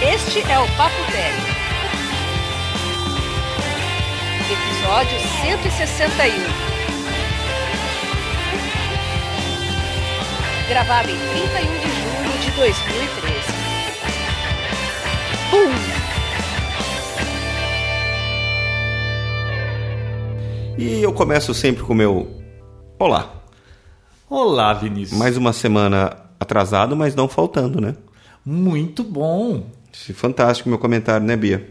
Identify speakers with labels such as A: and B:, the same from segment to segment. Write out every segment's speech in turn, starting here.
A: Este é o Papo Velho. Episódio um. 161. Gravado em 31 de julho de 2013. Bum!
B: E eu começo sempre com o meu Olá.
C: Olá, Vinícius.
B: Mais uma semana atrasado, mas não faltando, né?
C: Muito bom.
B: Esse fantástico meu comentário, né, Bia?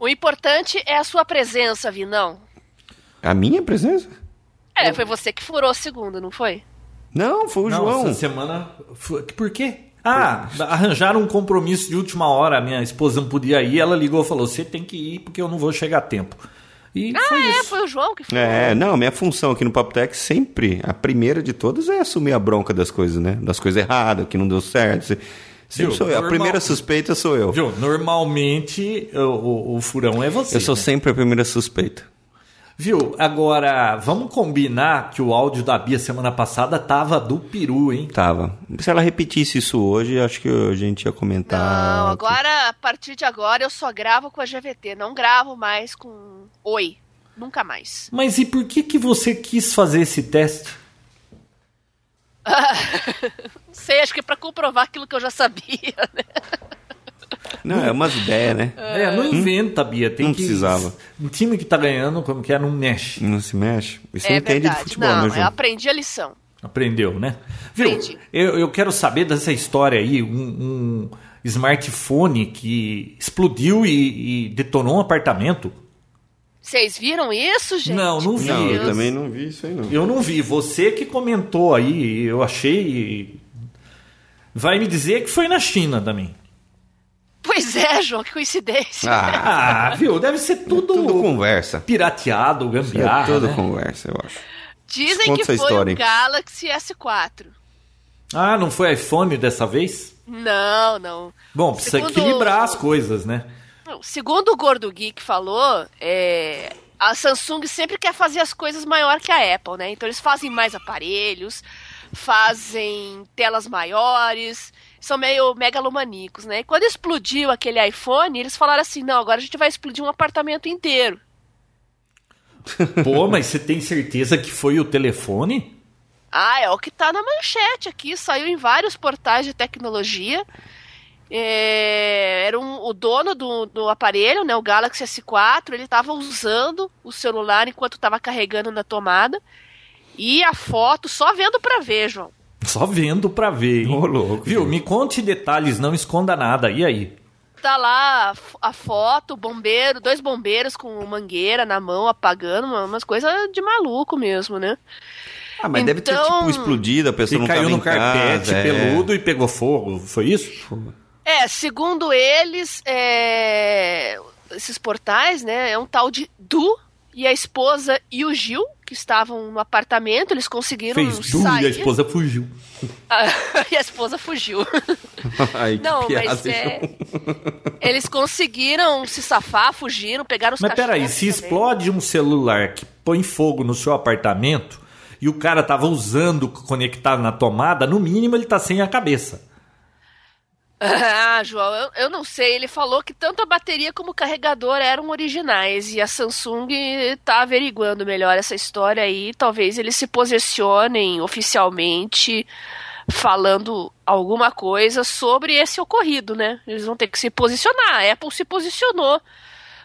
A: O importante é a sua presença, Vinão.
B: A minha presença?
A: É, foi você que furou o segundo, não foi?
B: Não, foi o
C: Não,
B: João.
C: Essa semana. Por quê? Ah, arranjaram um compromisso de última hora. A minha esposa não podia ir. Ela ligou e falou: Você tem que ir porque eu não vou chegar a tempo. E foi
A: Ah, é,
C: isso.
A: foi o João que furou.
B: É, não, minha função aqui no Papo Tech sempre, a primeira de todas é assumir a bronca das coisas, né? Das coisas erradas, que não deu certo. se- Sempre
C: Viu?
B: sou eu. A
C: Normal.
B: primeira suspeita sou eu.
C: Viu? Normalmente o, o- o furão é você.
B: Eu sou
C: né?
B: sempre a primeira suspeita.
C: Viu? Agora, vamos combinar que o áudio da Bia semana passada tava do peru, hein?
B: Tava. Se ela repetisse isso hoje, acho que a gente ia comentar.
A: Não, agora, a partir de agora, eu só gravo com a GVT. Não gravo mais com Oi. Nunca mais.
C: Mas e por que, que você quis fazer esse teste?
A: Não sei, acho que é pra comprovar aquilo que eu já sabia, né?
B: Não, é umas ideias,
A: Ah.
B: né?
C: É, não inventa, Bia. Tem
B: Não
C: que...
B: precisava.
C: Um time que tá ganhando, como que é, não mexe.
B: Não se mexe. Você
A: é
B: entende
A: verdade.
B: de futebol,
A: não,
B: né,
A: eu
B: João?
A: aprendi a lição.
C: Aprendeu, né?
A: Aprendi.
C: Eu, eu quero saber dessa história aí, um, um smartphone que explodiu e, e detonou um apartamento.
A: Vocês viram isso, gente?
C: Não, não vi.
A: Meu
B: Não, eu
A: Deus.
B: também não vi isso aí, não.
C: Eu não vi, você que comentou aí, eu achei... Vai me dizer que foi na China também.
A: Pois é, João, que coincidência.
B: Ah,
C: Ah, viu? Deve ser tudo,
B: tudo conversa.
C: pirateado, gambiarra.
B: É tudo
C: né?
B: conversa, eu acho.
A: Dizem
B: conta
A: que
B: essa
A: foi o
B: história, hein?
A: Galaxy S4.
C: Ah, não foi iPhone dessa vez?
A: Não, não.
C: Bom, precisa
A: Segundo-
C: equilibrar as coisas, né?
A: Não, Segundo o Gordo Geek falou, é, a Samsung sempre quer fazer as coisas maior que a Apple, né? Então eles fazem mais aparelhos, fazem telas maiores, são meio megalomaníacos, né? E quando explodiu aquele iPhone, eles falaram assim: não, agora a gente vai explodir um apartamento inteiro.
C: Pô, mas você tem certeza que foi o telefone?
A: Ah, é o que tá na manchete aqui, saiu em vários portais de tecnologia. É, era um- o dono do, do aparelho, né, o Galaxy S4, ele estava usando o celular enquanto estava carregando na tomada. E a foto, só vendo pra ver, João.
C: Só vendo pra ver, hein?
B: Ô, louco,
C: Viu?
B: gente.
C: Me conte detalhes, não esconda nada. E aí?
A: Tá lá a, f- a foto, o bombeiro, dois bombeiros com mangueira na mão apagando, uma- umas coisas de maluco mesmo, né?
B: Ah, mas deve ter,
A: Então-
B: tipo, explodido, a pessoa
C: Você
B: não
C: caiu
B: tava
C: no
B: em
C: carpete
B: casa, é.
C: peludo e pegou fogo, foi isso?
A: É, segundo eles, é, esses portais, né, é um tal de Du e a esposa e o Gil, que estavam no apartamento, eles conseguiram
C: Fez du
A: sair.
C: e a esposa fugiu.
A: e a esposa fugiu.
B: Ai, que
A: Não,
B: piada,
A: mas é,
B: João.
A: eles conseguiram se safar, fugiram, pegaram os
C: Mas peraí,
A: cachorros
C: se
A: também.
C: explode um celular que põe fogo no seu apartamento e o cara tava usando conectado na tomada, no mínimo ele tá sem a cabeça.
A: Ah, João, eu, eu não sei. Ele falou que tanto a bateria como o carregador eram originais e a Samsung tá averiguando melhor essa história aí. Talvez eles se posicionem oficialmente falando alguma coisa sobre esse ocorrido, né? Eles vão ter que se posicionar. A Apple se posicionou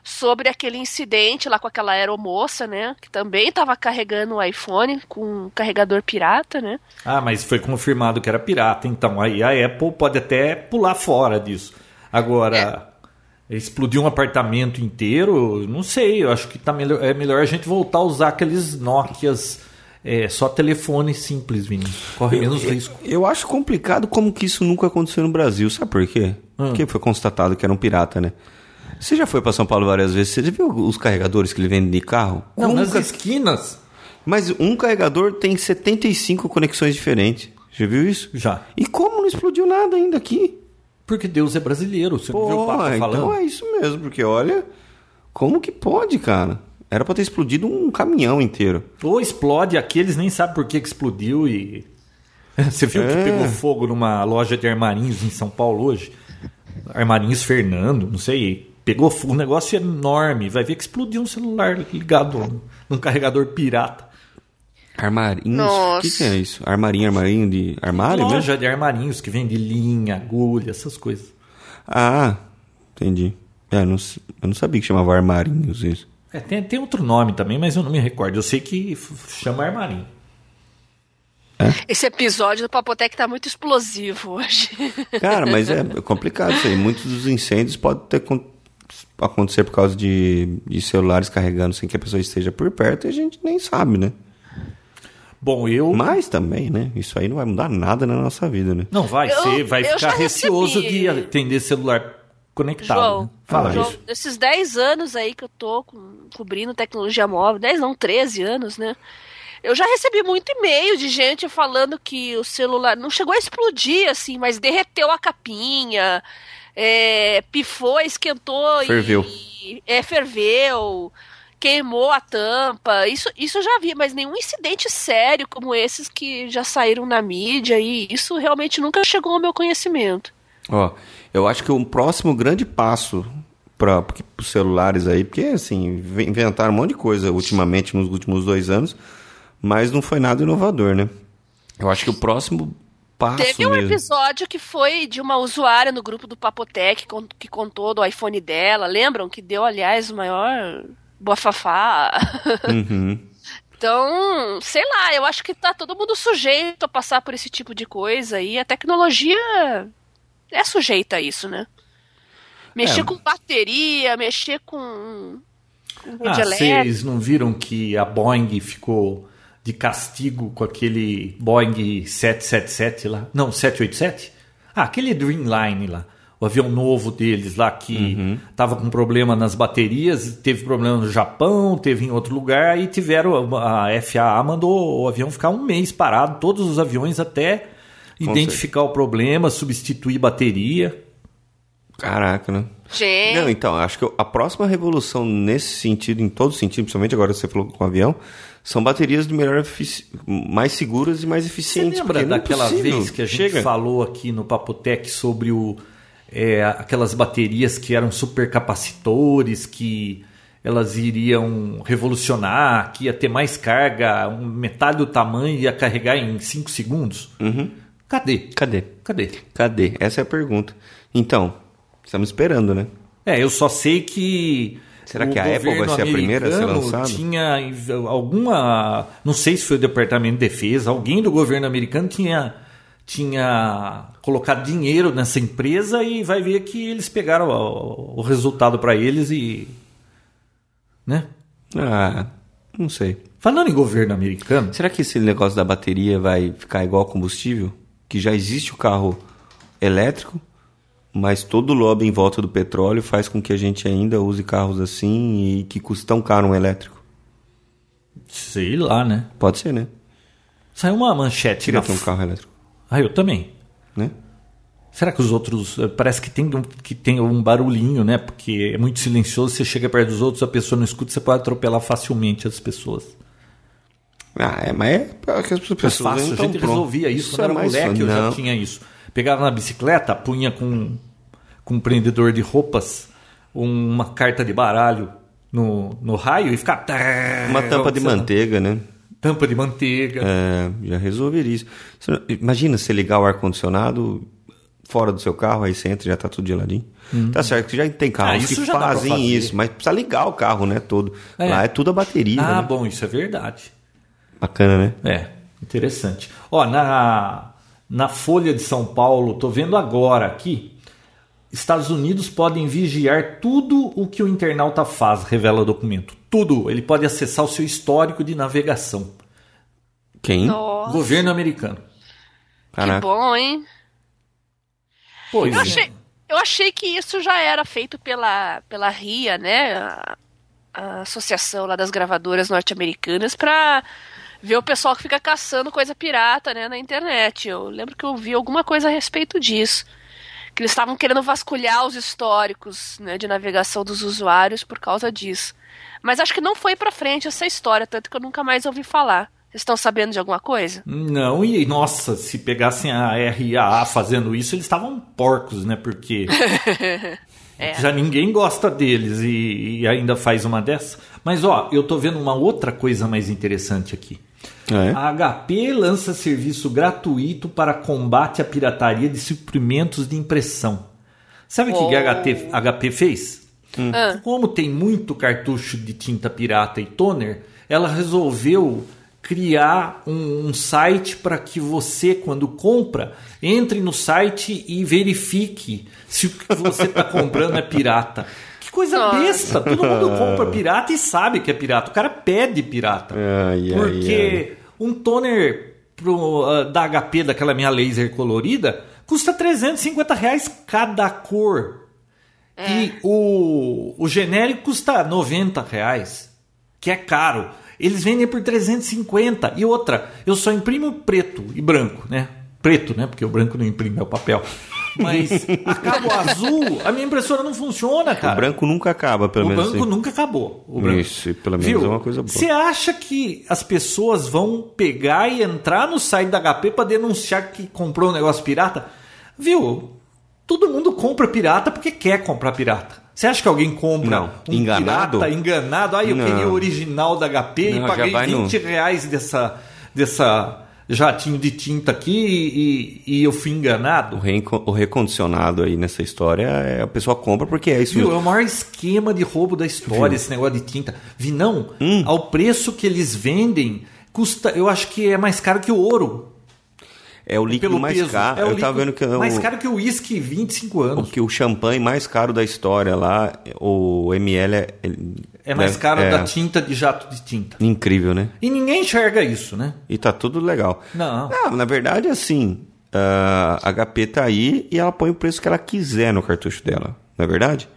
A: sobre aquele incidente lá com aquela aeromoça, né? Que também estava carregando o iPhone com um carregador pirata, né?
C: Ah, mas foi confirmado que era pirata, então aí a Apple pode até pular fora disso. Agora,
B: É.
C: explodir um apartamento inteiro, não sei, eu acho que tá melhor, é melhor a gente voltar a usar aqueles Nokias, é, só telefone simples, Vini. Corre menos risco.
B: Eu acho complicado como que isso nunca aconteceu no Brasil, sabe por quê?
C: Ah.
B: Porque foi constatado que era um pirata, né? Você já foi pra São Paulo várias vezes, você já viu os carregadores que ele vende de carro?
C: Não, nas
B: Nunca-
C: esquinas.
B: Mas um carregador tem 75 conexões diferentes. Já viu isso?
C: Já.
B: E como não explodiu nada ainda aqui?
C: Porque Deus é brasileiro, você não viu o
B: Pô,
C: Papa falando?
B: então é isso mesmo, porque olha, como que pode, cara? Era pra ter explodido um caminhão inteiro.
C: Ou explode, aqui eles nem sabem por que que explodiu e. Você viu
B: É.
C: que pegou fogo numa loja de armarinhos em São Paulo hoje? Armarinhos Fernando, não sei, pegou fogo, um negócio enorme. Vai ver que explodiu um celular ligado num carregador pirata.
B: Armarinhos? O que, que é isso? Armarinho, armarinho de armário
C: Loja
B: Ah, mesmo?
C: de armarinhos que vende linha, agulha, essas coisas.
B: Ah, entendi. É, eu, não, s- eu não sabia que chamava armarinhos isso.
C: É, tem, tem outro nome também, mas eu não me recordo. Eu sei que f- chama armarinho.
A: Esse episódio do Papotec tá muito explosivo hoje.
B: Cara, mas é complicado isso aí. Muitos dos incêndios podem ter con- acontecer por causa de, de celulares carregando sem que a pessoa esteja por perto e a gente nem sabe, né?
C: Bom, eu.
B: Mas também, né? Isso aí não vai mudar nada na nossa vida, né?
C: Não vai
A: Eu-
C: ser, vai
A: eu
C: ficar
A: já
C: receoso
A: recebi.
C: de atender celular conectado.
A: João,
C: né? Fala
B: Ah,
A: João,
C: isso.
A: nesses 10 anos aí que eu tô com- cobrindo tecnologia móvel, 10 não, 13 anos, né? Eu já recebi muito e-mail de gente falando que o celular não chegou a explodir, assim, mas derreteu a capinha, é, pifou, esquentou e-
B: Ferveu.
A: e é, ferveu, queimou a tampa. Isso, isso eu já vi, mas nenhum incidente sério como esses que já saíram na mídia e isso realmente nunca chegou ao meu conhecimento.
B: Ó, eu acho que o próximo grande passo para os celulares aí, porque assim, vem- inventaram um monte de coisa ultimamente, nos últimos dois anos, mas não foi nada inovador, né? Eu acho que o próximo passo
A: Teve um
B: mesmo.
A: episódio que foi de uma usuária no grupo do Papotec con- que contou do iPhone dela. Lembram? Que deu, aliás, o maior bafafá.
B: Uhum.
A: Então, sei lá, eu acho que tá todo mundo sujeito a passar por esse tipo de coisa e a tecnologia é sujeita a isso, né? Mexer
B: É.
A: com bateria, mexer com, com rede
C: Ah,
A: elétrica.
C: vocês não viram que a Boeing ficou de castigo com aquele Boeing 777 lá? Não, 787? Ah, aquele Dreamline lá. O avião novo deles lá que estava com problema nas baterias, teve problema no Japão, teve em outro lugar e tiveram. A FAA mandou o avião ficar um mês parado, todos os aviões até
B: certeza.
C: identificar o problema, substituir bateria.
B: Caraca, né?
A: Gente,
B: Não, então, acho que a próxima revolução nesse sentido, em todo sentido, principalmente agora que você falou com o avião, são baterias de melhor efici- mais seguras e mais
C: Você
B: eficientes.
C: lembra
B: porque não é
C: daquela
B: possível.
C: vez que a gente
B: Chega.
C: falou aqui no Papotec sobre o, é, aquelas baterias que eram supercapacitores, que elas iriam revolucionar, que ia ter mais carga, um- metade do tamanho ia carregar em 5 segundos?
B: Uhum.
C: Cadê?
B: Cadê?
C: Cadê?
B: Cadê? Essa é a pergunta. Então, estamos esperando, né?
C: É, eu só sei que.
B: Será
C: o
B: que a Apple vai
C: governo
B: ser a primeira a ser
C: americano
B: lançada?
C: Tinha alguma. Não sei se foi o Departamento de Defesa, alguém do governo americano tinha, tinha colocado dinheiro nessa empresa e vai ver que eles pegaram o, o resultado para eles e. Né?
B: Ah, não sei.
C: Falando em governo americano,
B: Será que esse negócio da bateria vai ficar igual ao combustível? Que já existe o carro elétrico, mas todo o lobby em volta do petróleo faz com que a gente ainda use carros assim e que custa tão caro um elétrico.
C: sei lá, né?
B: Pode ser, né?
C: Saiu uma manchete.
B: Queria
C: Na...
B: ter um carro elétrico,
C: Ah, eu também.
B: né?
C: Será que os outros. eh, Parece que tem, um- que tem um barulhinho, né? Porque é muito silencioso, você chega perto dos outros, a pessoa não escuta, você pode atropelar facilmente as pessoas.
B: Ah, é, mas é pra que as pessoas
C: é fácil,
B: ainda
C: a
B: tão
C: gente
B: prontas.
C: resolvia isso, quando
B: é
C: era
B: mais
C: moleque,
B: fácil.
C: eu já
B: Não.
C: tinha isso. Pegava na bicicleta, punha com, com um prendedor de roupas uma carta de baralho no, no raio e ficava.
B: Uma tampa de
C: sei lá,
B: manteiga, né?
C: Tampa de manteiga.
B: É, já resolveria isso. Você não- Imagina você ligar o ar-condicionado fora do seu carro, aí você entra e já tá tudo geladinho. Tá certo que já tem
C: Uhum. Ah,
B: carros
C: isso
B: que
C: já dá pra fazer.
B: fazem isso, mas precisa ligar o carro, né, todo.
C: É.
B: Lá é tudo a bateria,
C: ah,
B: né?
C: bom, isso é verdade.
B: Bacana, né?
C: É, interessante. Ó, na, na Folha de São Paulo, tô vendo agora aqui. Estados Unidos podem vigiar tudo o que o internauta faz, revela o documento. Tudo. Ele pode acessar o seu histórico de navegação.
B: Quem?
A: nossa,
C: Governo americano.
A: que
B: Caraca.
A: bom, hein?
C: Pois
A: Eu
C: é.
A: achei, eu achei que isso já era feito pela, pela RIA, né? A, a associação lá das gravadoras norte-americanas pra ver o pessoal que fica caçando coisa pirata, né, na internet. Eu lembro que eu vi alguma coisa a respeito disso. Que eles estavam querendo vasculhar os históricos né, de navegação dos usuários por causa disso. Mas acho que não foi pra frente essa história, tanto que eu nunca mais ouvi falar. Vocês estão sabendo de alguma coisa?
C: Não, e nossa, se pegassem a RAA fazendo isso, eles estavam porcos, né? Porque
A: É.
C: já ninguém gosta deles e, e ainda faz uma dessa. Mas ó, eu tô vendo uma outra coisa mais interessante aqui.
B: Ah, é?
C: A HP lança serviço gratuito para combate à pirataria de suprimentos de impressão. Sabe o que que a HT HP fez?
A: Oh. Ah.
C: Como tem muito cartucho de tinta pirata e toner, ela resolveu criar um, um site para que você, quando compra, entre no site e verifique se o que você está comprando é pirata. Que coisa
A: Nossa.
C: besta! Todo mundo compra pirata e sabe que é pirata. O cara pede pirata.
B: Ai, ai, ai.
C: Porque um toner pro, ah, da HP, daquela minha laser colorida, custa 350 reais cada cor. E o, o genérico custa 90 reais, que é caro. Eles vendem por 350. E outra, eu só imprimo preto e branco, né? Preto, né? Porque o branco não imprime, é o papel. Mas acaba o azul, a minha impressora não funciona, cara.
B: O branco nunca acaba, pelo
C: Ah, O
B: menos.
C: banco
B: assim.
C: nunca acabou. O branco.
B: Isso, e pelo menos é uma coisa boa.
C: Você acha que as pessoas vão pegar e entrar no site da HP para denunciar que comprou um negócio pirata? Viu? Todo mundo compra pirata porque quer comprar pirata. Você acha que alguém compra
B: Não.
C: um
B: Enganado?
C: pirata enganado? Ah, eu
B: Não.
C: queria o original da HP
B: Não,
C: e
B: já
C: paguei
B: vai
C: 20
B: no-
C: reais dessa, dessa jatinho de tinta aqui e, e- e eu fui enganado.
B: O, reenco- o recondicionado aí nessa história, é, a pessoa compra porque é isso
C: Viu?
B: mesmo.
C: É o maior esquema de roubo da história, esse negócio de tinta. Vi não,
B: Hum.
C: ao preço que eles vendem, custa, eu acho que é mais caro que o ouro.
B: É o líquido
C: pelo
B: mais
C: peso.
B: caro.
C: É o
B: Eu tava vendo
C: líquido
B: que é o,
C: mais caro que o uísque 25
B: o
C: anos.
B: que o champanhe mais caro da história lá, o ML é. ele-
C: É mais
B: deve-
C: caro
B: é
C: da tinta de jato de tinta.
B: Incrível, né?
C: E ninguém enxerga isso, né?
B: E tá tudo legal.
C: Não.
B: Ah, na verdade, assim, ah, a HP tá aí e ela põe o preço que ela quiser no cartucho dela, não é verdade?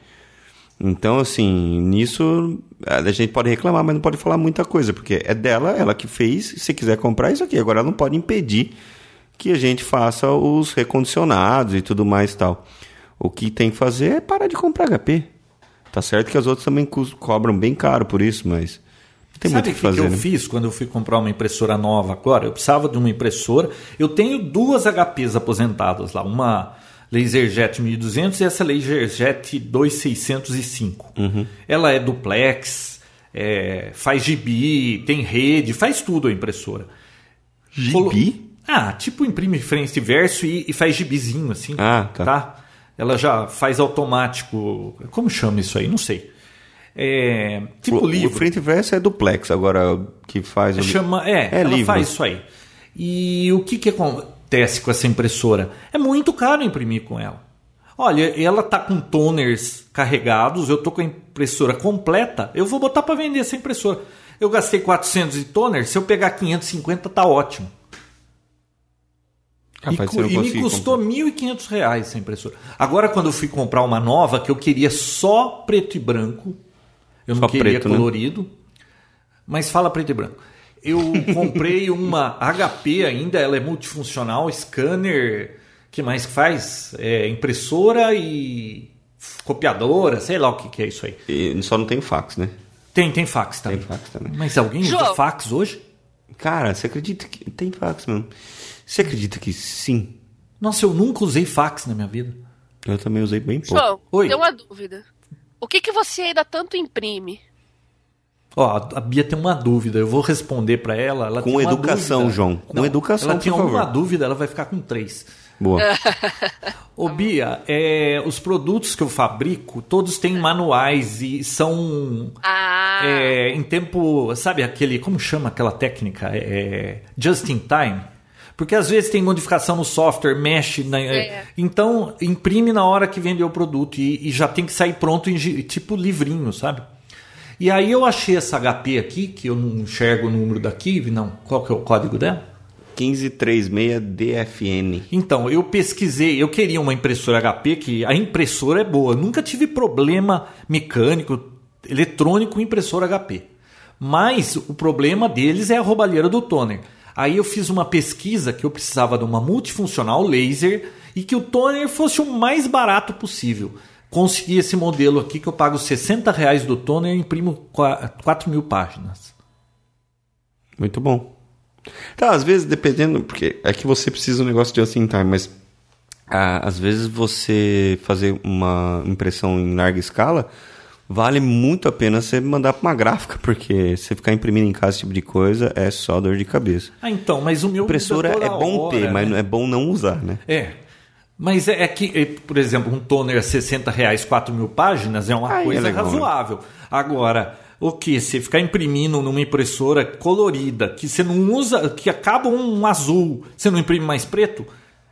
B: Então, assim, nisso a gente pode reclamar, mas não pode falar muita coisa, porque é dela, ela que fez, se quiser comprar é isso aqui. Agora ela não pode impedir que a gente faça os recondicionados e tudo mais e tal. O que tem que fazer é parar de comprar HP. Tá certo que as outras também cus- cobram bem caro por isso, mas não tem muito
C: Sabe
B: o
C: o
B: que
C: que,
B: fazer.
C: eu
B: né?
C: fiz quando eu fui comprar uma impressora nova agora? Eu precisava de uma impressora. Eu tenho duas HPs aposentadas lá, uma LaserJet 1200 e essa LaserJet 2605.
B: Uhum.
C: Ela é duplex, é, faz gibi, tem rede, faz tudo a impressora. Colo- Ah, tipo imprime frente e verso e, e faz gibizinho assim.
B: Ah, tá.
C: Ela já faz automático. Como chama isso aí? Não sei. É, tipo
B: o,
C: livro.
B: O frente e verso é duplex, agora o que faz o. li-
C: Chama, é,
B: É
C: ela
B: livro.
C: faz isso aí. E o que, que acontece com essa impressora? É muito caro imprimir com ela. Olha, ela tá com toners carregados, eu tô com a impressora completa, eu vou botar para vender essa impressora. Eu gastei 400 de toner, se eu pegar 550 tá ótimo.
B: Rapaz,
C: e,
B: você
C: cu-
B: não
C: e me
B: conseguiu
C: custou
B: comprar.
C: R$ 1.500 reais essa impressora. Agora, quando eu fui comprar uma nova, que eu queria só preto e branco, eu não
B: Só
C: queria
B: preto, né?
C: colorido, mas fala preto e branco. Eu comprei uma HP ainda, ela é multifuncional, scanner, que mais que faz? É, impressora e copiadora, sei lá o que, que é isso aí.
B: E só não tem o fax, né?
C: Tem, tem fax também.
B: Tem fax né? também.
C: Mas alguém usa
A: João.
C: fax hoje?
B: Cara, você acredita que. Tem fax mesmo. Você acredita que sim?
C: Nossa, eu nunca usei fax na minha vida.
B: Eu também usei bem pouco.
A: João,
C: Oi.
A: tem uma dúvida. O que, que você ainda tanto imprime?
C: Ó, a Bia tem uma dúvida, eu vou responder pra ela. ela
B: Com
C: tem uma
B: educação,
C: dúvida.
B: João, com educação,
C: Ela tinha
B: por favor.
C: uma dúvida, ela vai ficar com três.
B: Boa.
A: Tá
C: Ô Bia, é, os produtos que eu fabrico, todos têm manuais e são
A: Tá. Ah,
C: é, em tempo, sabe aquele, como chama aquela técnica? É, just in time. Porque às vezes tem modificação no software, mexe. Na,
A: É.
C: Então, imprime na hora que vender o produto e, e já tem que sair pronto, em gi- tipo livrinho, sabe? E aí eu achei essa HP aqui, que eu não enxergo o número daqui, não. Qual que é o código dela?
B: 1536 DFN.
C: Então, eu pesquisei, eu queria uma impressora HP, que a impressora é boa. Eu nunca tive problema mecânico, eletrônico com impressora HP. Mas o problema deles é a roubalheira do toner. Aí eu fiz uma pesquisa que eu precisava de uma multifuncional laser e que o toner fosse o mais barato possível. Consegui esse modelo aqui que eu pago R$ 60 reais do toner e imprimo 4 mil páginas.
B: Muito bom. Tá, às vezes, dependendo, porque é que você precisa um negócio de just in time, mas ah, às vezes você fazer uma impressão em larga escala vale muito a pena você mandar para uma gráfica, porque você ficar imprimindo em casa esse tipo de coisa é só dor de cabeça.
C: Ah, então, mas o meu
B: Impressora
C: muda
B: é
C: toda
B: bom ter,
C: hora,
B: mas
C: né?
B: não é bom não usar, né?
C: É. Mas é, é que, é, por exemplo, um toner a 60 reais, 4 mil páginas é uma
B: Aí é
C: coisa
B: legal, né?
C: razoável. Agora, o que? Você ficar imprimindo numa impressora colorida, que você não usa, que acaba um azul, você não imprime mais preto?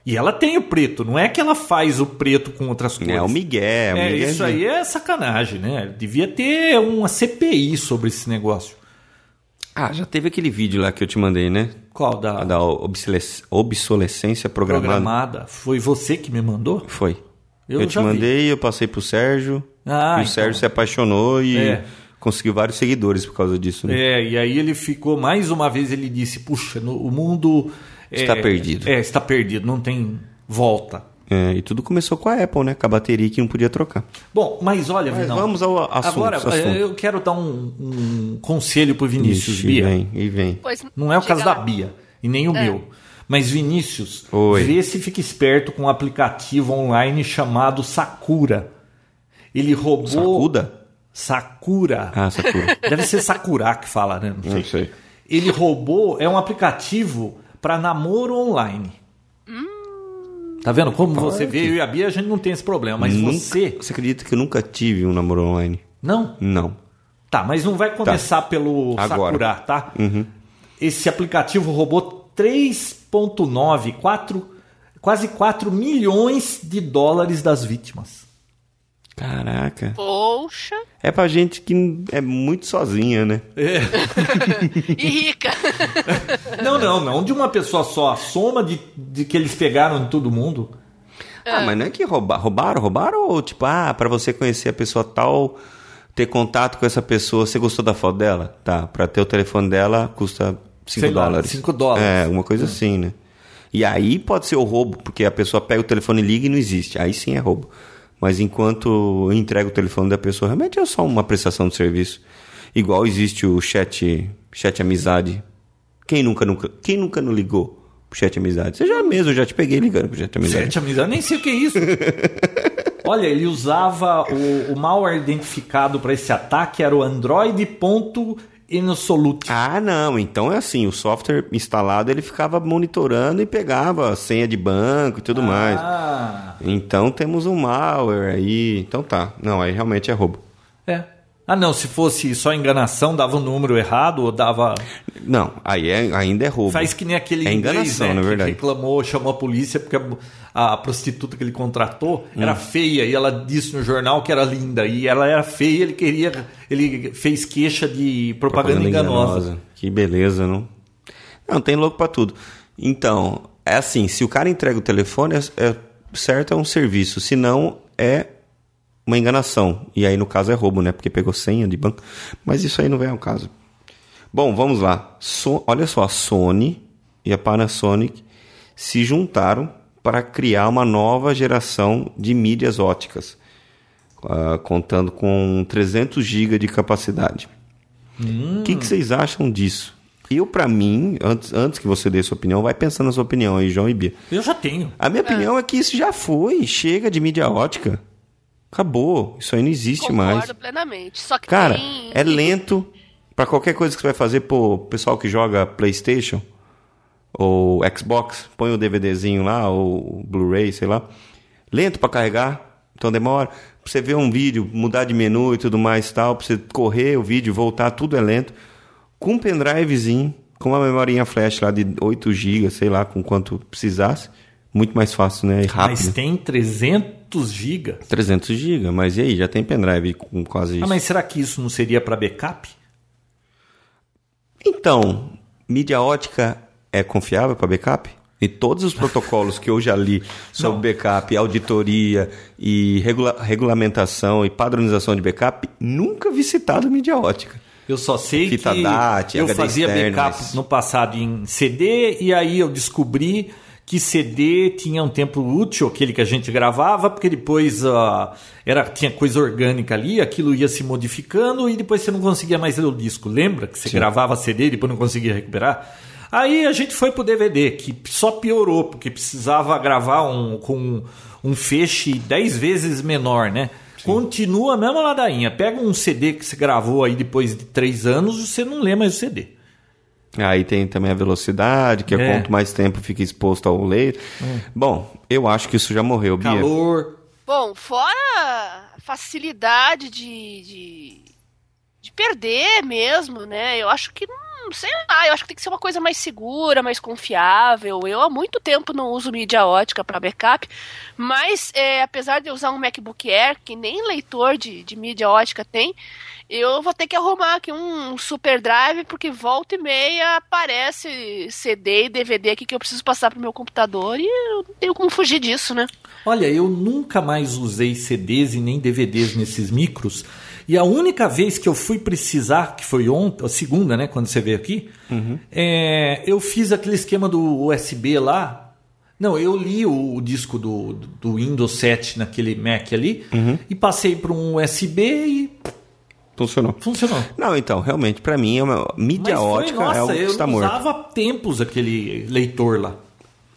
C: E ela tem o preto, não é que ela faz o preto com outras coisas.
B: É o Miguel, é o
C: É,
B: Miguel
C: isso aí é sacanagem, né? Devia ter uma CPI sobre esse negócio.
B: Ah, já teve aquele vídeo lá que eu te mandei, né?
C: Qual da
B: Da obsolesc- obsolescência programada.
C: Ah. programada? Foi você que me mandou?
B: Foi.
C: Eu
B: Eu, te
C: já vi.
B: mandei, eu passei pro Sérgio.
C: Ah,
B: e o
C: então.
B: Sérgio se apaixonou e
C: É.
B: conseguiu vários seguidores por causa disso, né?
C: É, e aí ele ficou, mais uma vez ele disse, puxa, no- o mundo... é,
B: Está perdido."
C: É, está perdido, não tem volta.
B: É, e tudo começou com a Apple, né? Com a bateria que não podia trocar.
C: Bom, mas olha,
B: Mas
C: Vinão,
B: vamos ao assunto,
C: Agora, eh,
B: assunto.
C: eu quero dar um, um conselho pro Vinícius,
B: Ixi,
C: Bia.
B: vem, e vem.
A: Pois
C: Não é o caso da
A: diga lá.
C: Bia, e nem o meu. Mas Vinícius,
B: Oi.
C: vê se fica esperto com um aplicativo online chamado Sakura. Ele roubou...
B: Sacuda?
C: Sakura.
B: Ah, Sakura.
C: Deve ser Sakura que fala, né? Não sei.
B: não sei.
C: Ele roubou é um aplicativo para namoro online. Tá vendo? Como você vê, eu e a Bia, a gente não tem esse problema. Mas
B: Nunca-
C: você.
B: Você acredita que eu nunca tive um namoro online?
C: Não?
B: Não.
C: Tá, mas não vai começar pelo
B: Agora. Uhum.
C: Sakura, tá? Esse aplicativo roubou 3,9, 4, quase 4 milhões de dólares das vítimas.
B: Caraca.
A: Poxa.
B: É pra gente que é muito sozinha, né?
A: E rica.
C: Não, não, não. De uma pessoa só. A soma de, de que eles pegaram de todo mundo.
B: Ah, mas não é que rouba- roubaram, roubaram ou tipo, ah, pra você conhecer a pessoa tal, ter contato com essa pessoa, você gostou da foto dela? Tá, pra ter o telefone dela custa 5
C: Sei lá,
B: dólares.
C: cinco dólares.
B: É, uma coisa assim, né? E aí pode ser o roubo, porque a pessoa pega o telefone e liga e não existe. Aí sim é roubo. Mas enquanto entrega o telefone da pessoa, realmente é só uma prestação de serviço. Igual existe o chat, chat amizade. Quem nunca, nunca, quem nunca não ligou pro chat amizade? Você já mesmo, eu já te peguei ligando pro chat amizade.
C: Sete amizades, eu nem sei o que é isso. Olha, ele usava o, o malware identificado para esse ataque era o Android.inosolute.
B: Ah, não. Então é assim, o software instalado ele ficava monitorando e pegava a senha de banco e tudo mais.
C: Ah,
B: Então temos um malware aí. Então tá. Não, aí realmente é roubo.
C: é. Ah, não, se fosse só enganação, dava o número errado ou dava.
B: Não, aí é- ainda é roubo.
C: Faz que nem aquele
B: É
C: inglês
B: enganação,
C: né,
B: na
C: que
B: verdade.
C: reclamou, chamou a polícia porque a, a prostituta que ele contratou
B: Hum.
C: era feia e ela disse no jornal que era linda e ela era feia, ele queria, ele fez queixa de propaganda, enganosa.
B: Que beleza, não? Não, tem louco pra tudo. Então, é assim, se o cara entrega o telefone, é, é- certo é um serviço, se não é uma enganação. E aí, no caso, é roubo, né? Porque pegou senha de banco. Mas isso aí não vem ao caso. Bom, vamos lá. So- Olha só, a Sony e a Panasonic se juntaram para criar uma nova geração de mídias óticas, ah, contando com 300 GB de capacidade. O que, que vocês acham disso? Eu, pra mim, antes, antes que você dê sua opinião, vai pensando na sua opinião aí, João e Bia.
C: Eu já tenho.
B: A minha opinião é que isso já foi. Chega de mídia ótica. Acabou. Isso aí não existe mais.
A: Concordo plenamente. Só que
B: Cara,
A: tem...
B: é lento. Pra qualquer coisa que você vai fazer, pô, pessoal que joga PlayStation ou Xbox, põe o DVDzinho lá, ou o Blu-ray, sei lá. Lento pra carregar, então demora. Pra você ver um vídeo, mudar de menu e tudo mais e tal, pra você correr o vídeo, voltar, tudo é lento. Com um pendrivezinho, com uma memorinha flash lá de 8 GB, sei lá, com quanto precisasse. Muito mais fácil, né? E rápido.
C: Mas tem 300 giga.
B: 300 GB, mas e aí? Já tem pendrive com quase isso.
C: Ah, mas será que isso não seria para backup?
B: Então, mídia ótica é confiável para backup? E todos os protocolos que eu já li sobre backup, auditoria e regula- regulamentação e padronização de backup, nunca vi citado mídia ótica.
C: Eu só sei
B: Fita
C: que
B: DAT,
C: eu
B: HD
C: fazia
B: externo,
C: backup
B: mas-
C: no passado em CD e aí eu descobri que CD tinha um tempo útil, aquele que a gente gravava, porque depois ah, era tinha coisa orgânica ali, aquilo ia se modificando e depois você não conseguia mais ler o disco. Lembra que você gravava CD e depois não conseguia recuperar? Aí a gente foi pro DVD, que só piorou, porque precisava gravar um, com um feixe 10 vezes menor, né? Continua a mesma ladainha. Pega um CD que você gravou aí depois de 3 anos, você não lê mais o CD.
B: Aí tem também a velocidade, que é.
C: É.
B: quanto mais tempo fica exposto ao leito. Bom, eu acho que isso já morreu, Bia.
C: Calor.
A: Bom, fora a facilidade de, de, de perder mesmo, né? Eu acho que não sei lá, eu acho que tem que ser uma coisa mais segura, mais confiável. Eu há muito tempo não uso mídia ótica para backup, mas é, apesar de eu usar um MacBook Air, que nem leitor de, de mídia ótica tem, eu vou ter que arrumar aqui um super drive, porque volta e meia aparece CD e DVD aqui que eu preciso passar pro meu computador e eu não tenho como fugir disso, né?
C: Olha, eu nunca mais usei CDs e nem DVDs nesses micros. E a única vez que eu fui precisar, que foi ontem, a segunda, né, quando você veio aqui,
B: Uhum.
C: é, eu fiz aquele esquema do USB lá. Não, eu li o, o disco do, do Windows 7 naquele Mac ali
B: Uhum.
C: e passei para um USB e
B: Funcionou.
C: funcionou.
B: Não, então, realmente, pra mim, é uma... mídia
C: Mas foi,
B: ótica é algo
C: nossa,
B: que
C: eu
B: está morto.
C: usava tempos aquele leitor lá.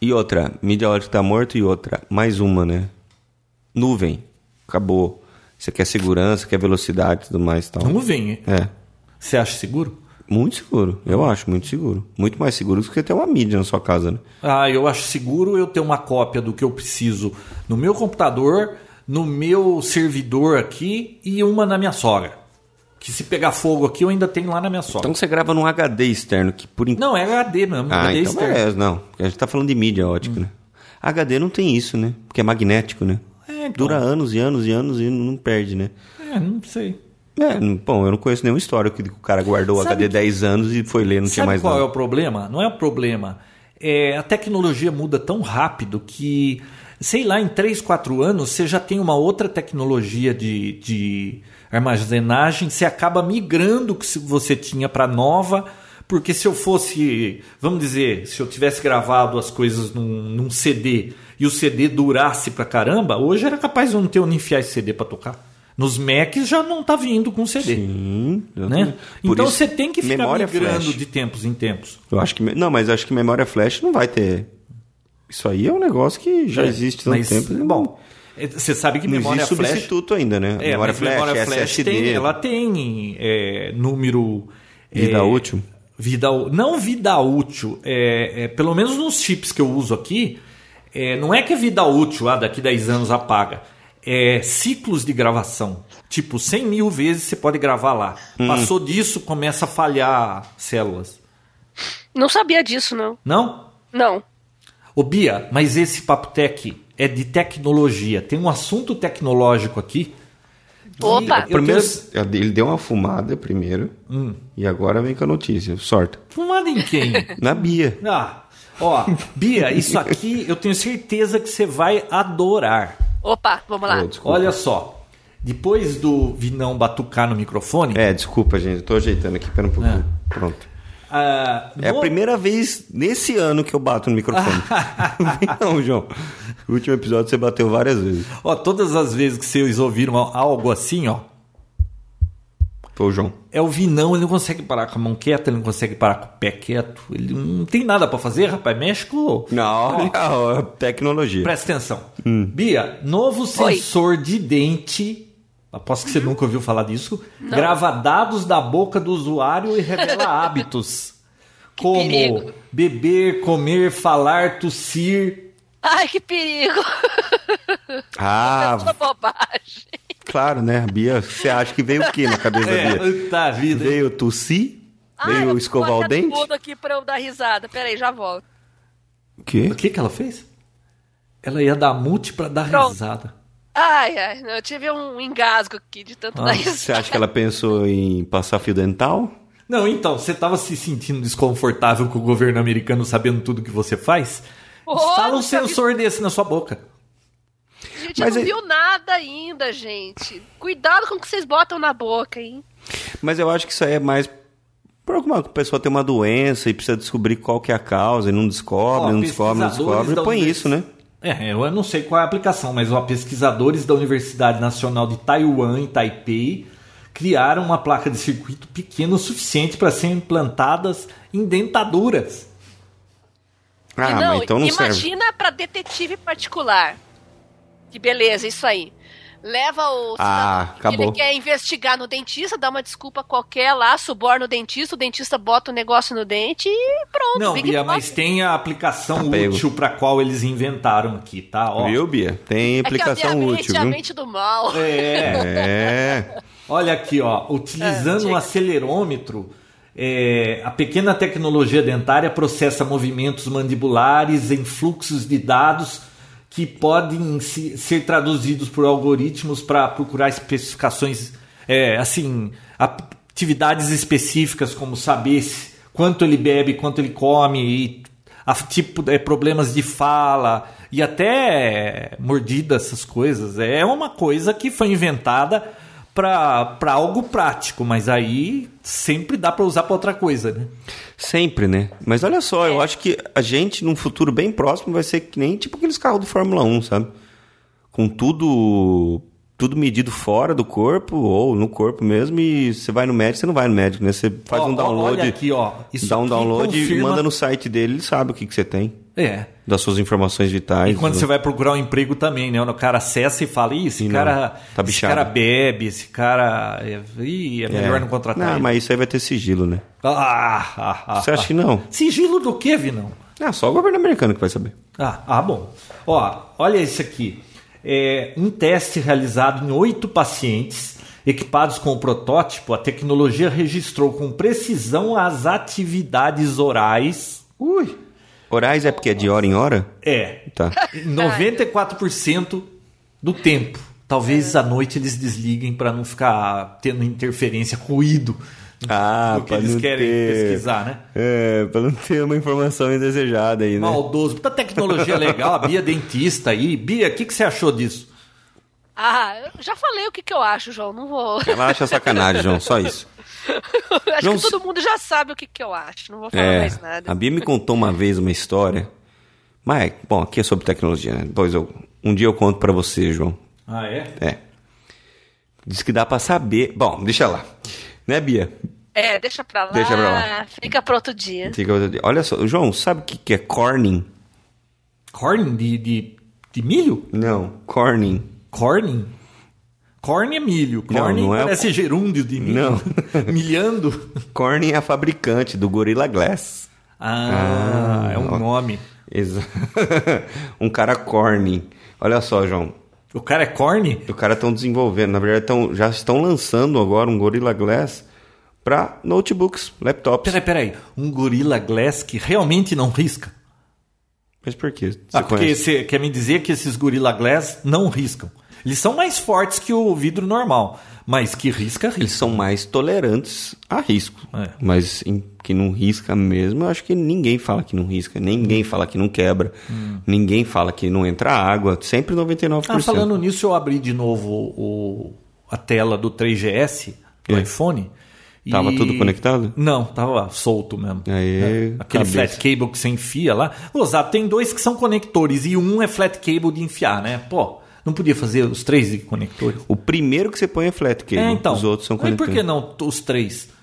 B: E outra, mídia ótica está morto e outra, mais uma, né? Nuvem. Acabou. Você quer segurança, quer velocidade e tudo mais e tal.
C: Nuvem,
B: É.
C: você acha seguro?
B: Muito seguro, eu acho, muito seguro. Muito mais seguro do que ter uma mídia na sua casa, né?
C: Ah, eu acho seguro eu ter uma cópia do que eu preciso no meu computador, no meu servidor aqui e uma na minha sogra. Que se pegar fogo aqui, eu ainda tenho lá na minha sogra.
B: Então você grava num HD externo, que por enquanto.
C: Não, é HD mesmo.
B: Ah,
C: HD
B: então
C: externo.
B: é, não. Porque A gente tá falando de mídia ótica, né? HD não tem isso, né? Porque é magnético, né?
C: É, então.
B: Dura anos e anos e anos e não perde, né?
C: É, não sei.
B: É, não- bom, eu não conheço nenhuma história que o cara guardou o
C: Sabe
B: HD
C: que-
B: 10 anos e foi ler, não tinha
C: Sabe
B: mais
C: qual
B: nada.
C: é o problema? Não é o problema. É, a tecnologia muda tão rápido que, sei lá, em 3, 4 anos você já tem uma outra tecnologia de, de armazenagem, você acaba migrando o que se- você tinha para nova, porque se eu fosse, vamos dizer, se eu tivesse gravado as coisas num, num CD e o CD durasse pra caramba, hoje era capaz de eu não ter onde enfiar esse CD pra tocar. Nos Macs já não tá vindo com CD
B: Sim,
C: né?
B: exatamente. Tá Por
C: Então
B: isso,
C: você tem que ficar
B: memória
C: migrando
B: flash.
C: de tempos em tempos.
B: Eu acho que. me- Não, mas acho que memória flash não vai ter. Isso aí é um negócio que já existe há tanto
C: Mas,
B: tempo. e não-
C: Bom, é, você sabe que
B: não
C: memória
B: existe
C: flash.
B: substituto ainda, né?
C: É,
B: memória
C: mas
B: flash,
C: memória flash
B: SSD.
C: tem, ela tem é, número. é,
B: Vida útil?
C: Vida, ú- não vida útil. É, é, pelo menos nos chips que eu uso aqui, é, não é que é vida útil, ah, daqui 10 anos apaga. É ciclos de gravação. Tipo, 100 mil vezes você pode gravar lá.
B: Hum.
C: Passou disso, começa a falhar células.
A: Não sabia disso, não.
C: Não?
A: Não.
C: Ô Bia, mas esse Papo Tech é de tecnologia. Tem um assunto tecnológico aqui.
A: Opa!
C: Eu Hum.
B: Primeiro,
C: quero-
B: é, ele deu uma fumada primeiro. E agora vem com a notícia. Sorte.
C: Fumado em quem?
B: Na Bia.
C: ah, ó, Bia, isso aqui eu tenho certeza que você vai adorar.
A: Opa, vamos lá.
B: Oh, desculpa.
C: Olha só, depois do Vinão batucar no microfone...
B: É, desculpa, gente. Eu tô ajeitando aqui. Pera um pouquinho.
C: É.
B: Pronto.
C: ah,
B: É
C: no-
B: a primeira vez nesse ano que eu bato no microfone. Vem não, João. No último episódio você bateu várias vezes.
C: Ó, todas as vezes que vocês ouviram algo assim, ó,
B: Foi o João.
C: é o Vinão, ele não consegue parar com a mão quieta, ele não consegue parar com o pé quieto, ele não tem nada pra fazer, rapaz, México...
B: Não, não, é tecnologia.
C: Presta atenção. Bia, novo sensor de dente. Aposto
A: Uhum.
C: que você nunca ouviu falar disso. Grava dados da boca do usuário e revela hábitos. como
A: perigo.
C: beber, comer, falar, tossir.
A: Ai, que perigo! é Uma
B: Ah,
A: bobagem.
B: claro, né? Bia, você acha que veio o que na cabeça da Bia?
C: É, tá vida. hein?
B: Veio tossir?
A: Ai, eu
B: Veio
A: vou
B: escovar o
A: botar
B: dente?
A: tudo aqui pra eu dar risada. Peraí, já volto.
B: O quê?
C: O que, que ela fez? Ela ia dar mute pra dar
A: Pronto.
C: risada.
A: Ai, ai, não, eu tive um engasgo aqui de
B: Ah,
A: tanto dar
B: Você
A: risada.
B: acha que ela pensou em passar fio dental?
C: Não, então, você estava se sentindo desconfortável com o governo americano sabendo tudo que você faz?
A: Oh,
C: Instala um
A: nunca vi-
C: sensor desse na sua boca.
A: A gente
B: Mas
A: não
B: é-
A: viu nada ainda, gente. Cuidado com o que vocês botam na boca, hein?
B: Mas eu acho que isso aí é mais por alguma que a pessoa tem uma doença e precisa descobrir qual que é a causa e não descobre,
C: Ó,
B: não descobre, não
C: pesquisadores
B: descobre.
C: da
B: Põe
C: univers-
B: isso, né?
C: É, eu não sei qual é a aplicação, mas ó, pesquisadores da Universidade Nacional de Taiwan, em Taipei, criaram uma placa de circuito pequena o suficiente para serem implantadas em dentaduras.
B: Ah,
A: E
B: mas então não serve.
A: imagina para detetive particular. Que beleza, isso aí. Leva o
B: Ah,
A: cidadão que
B: acabou.
C: é
A: ele quer investigar no dentista, dá uma desculpa qualquer lá, suborna o dentista, o dentista bota o negócio no dente e pronto.
C: Não,
A: Big
C: Bia,
A: Brother.
C: mas tem a aplicação
B: Tá pego.
C: útil pra qual eles inventaram aqui, tá? Ó,
B: Viu, Bia? Tem
A: é que a minha
B: implicação
A: mente
B: útil,
A: é a
B: viu?
A: mente do mal.
C: É.
B: É.
C: Olha aqui, ó,
A: É,
C: utilizando um
A: diga.
C: acelerômetro, é, a pequena tecnologia dentária processa movimentos mandibulares em fluxos de dados que podem se- ser traduzidos por algoritmos para procurar especificações, é, assim, ap- atividades específicas como saber se- quanto ele bebe, quanto ele come e a- tipo é, problemas de fala e até é, mordida essas coisas é uma coisa que foi inventada para algo prático mas aí sempre dá para usar para outra coisa né
B: Sempre, né? Mas olha só,
C: É.
B: eu acho que a gente, num futuro bem próximo, vai ser que nem tipo aqueles carros do Fórmula 1, sabe? Com tudo tudo medido fora do corpo ou no corpo mesmo e você vai no médico, você não vai no médico, né? Você faz
C: Ó,
B: um
C: ó,
B: download,
C: olha aqui, ó, isso
B: dá um
C: aqui
B: download e
C: confirma-
B: manda no site dele, ele sabe o que, que você tem,
C: é
B: das suas informações vitais. né?
C: e quando
B: do-
C: você vai procurar um emprego também né o cara acessa e fala "Ih, esse
B: E não,
C: cara
B: tá
C: esse
B: bichado."
C: cara bebe esse cara é, ih, é melhor não contratar
B: Não,
C: ele."
B: mas isso aí vai ter sigilo, né?
C: ah, ah, ah,
B: você
C: ah.
B: acha que não?
C: sigilo do que Vinão?
B: Ah, só o governo americano que vai saber.
C: Ah, ah, bom. Ó, olha isso aqui. É um teste realizado em oito pacientes equipados com o protótipo. A tecnologia registrou com precisão as atividades orais.
B: Ui. Orais é porque é de hora em hora?
C: É,
B: Tá.
C: 94% do tempo. Talvez
B: É.
C: à noite eles desliguem para não ficar tendo interferência, ruído
B: Ah,
C: do que
B: pra
C: eles
B: não
C: querem
B: ter.
C: pesquisar, né?
B: É, pra não ter uma informação indesejada aí, né?
C: Maldoso. Puta tecnologia legal, a Bia é dentista aí. Bia, o que que você achou disso?
A: Ah, eu já falei o que, que eu acho, João. Não vou.
B: Ela acha sacanagem, João, só isso.
A: acho
B: Não
A: que
B: se-
A: todo mundo já sabe o que, que eu acho. Não vou falar
B: É,
A: mais nada.
B: a Bia me contou uma vez uma história. Mas, bom, aqui é sobre tecnologia, né? Depois eu, um dia eu conto pra você, João.
C: Ah, é?
B: É. Diz que dá pra saber. Bom, deixa lá. Né, Bia?
A: É, deixa pra lá.
B: Deixa pra lá.
A: Fica pra outro dia.
B: Fica outro dia. Olha só, João, sabe o que que é corning?
C: Corn de, de, de milho?
B: Não. Corning.
C: Corn? Corn é milho.
B: Não,
C: Corn
B: não é-
C: parece gerúndio de milho.
B: Não.
C: Milhando.
B: Corning é a fabricante do Gorilla Glass.
C: Ah, é um nome.
B: Exato. um cara corny. Olha só, João.
C: O cara é corn?
B: O cara estão desenvolvendo, na verdade tão, já estão lançando agora um Gorilla Glass para notebooks, laptops.
C: Peraí, peraí. Um gorila glass que realmente não risca?
B: Mas por quê? Você
C: ah, porque
B: conhece?
C: você quer me dizer que esses gorila glass não riscam. Eles são mais fortes que o vidro normal, mas que risca,
B: Eles
C: risca.
B: são mais tolerantes a risco.
C: É.
B: Mas em- que não risca mesmo, eu acho que ninguém fala que não risca.
C: Hum.
B: Ninguém fala que não quebra. Ninguém fala que não entra água. Sempre 99%.
C: Ah, falando nisso, eu abri de novo o, a tela do 3GS do
B: É.
C: iPhone. e-
B: Tava tudo conectado?
C: Não, tava solto mesmo.
B: Aê,
C: Né? Aquele
B: cabeça.
C: flat cable que você enfia lá. Gozado, tem dois que são conectores e um é flat cable de enfiar, né? Pô, não podia fazer os três de conectores.
B: O primeiro que você põe é flat cable.
C: é, então.
B: Os outros são
C: Aí
B: conectores.
C: por que não t- os três?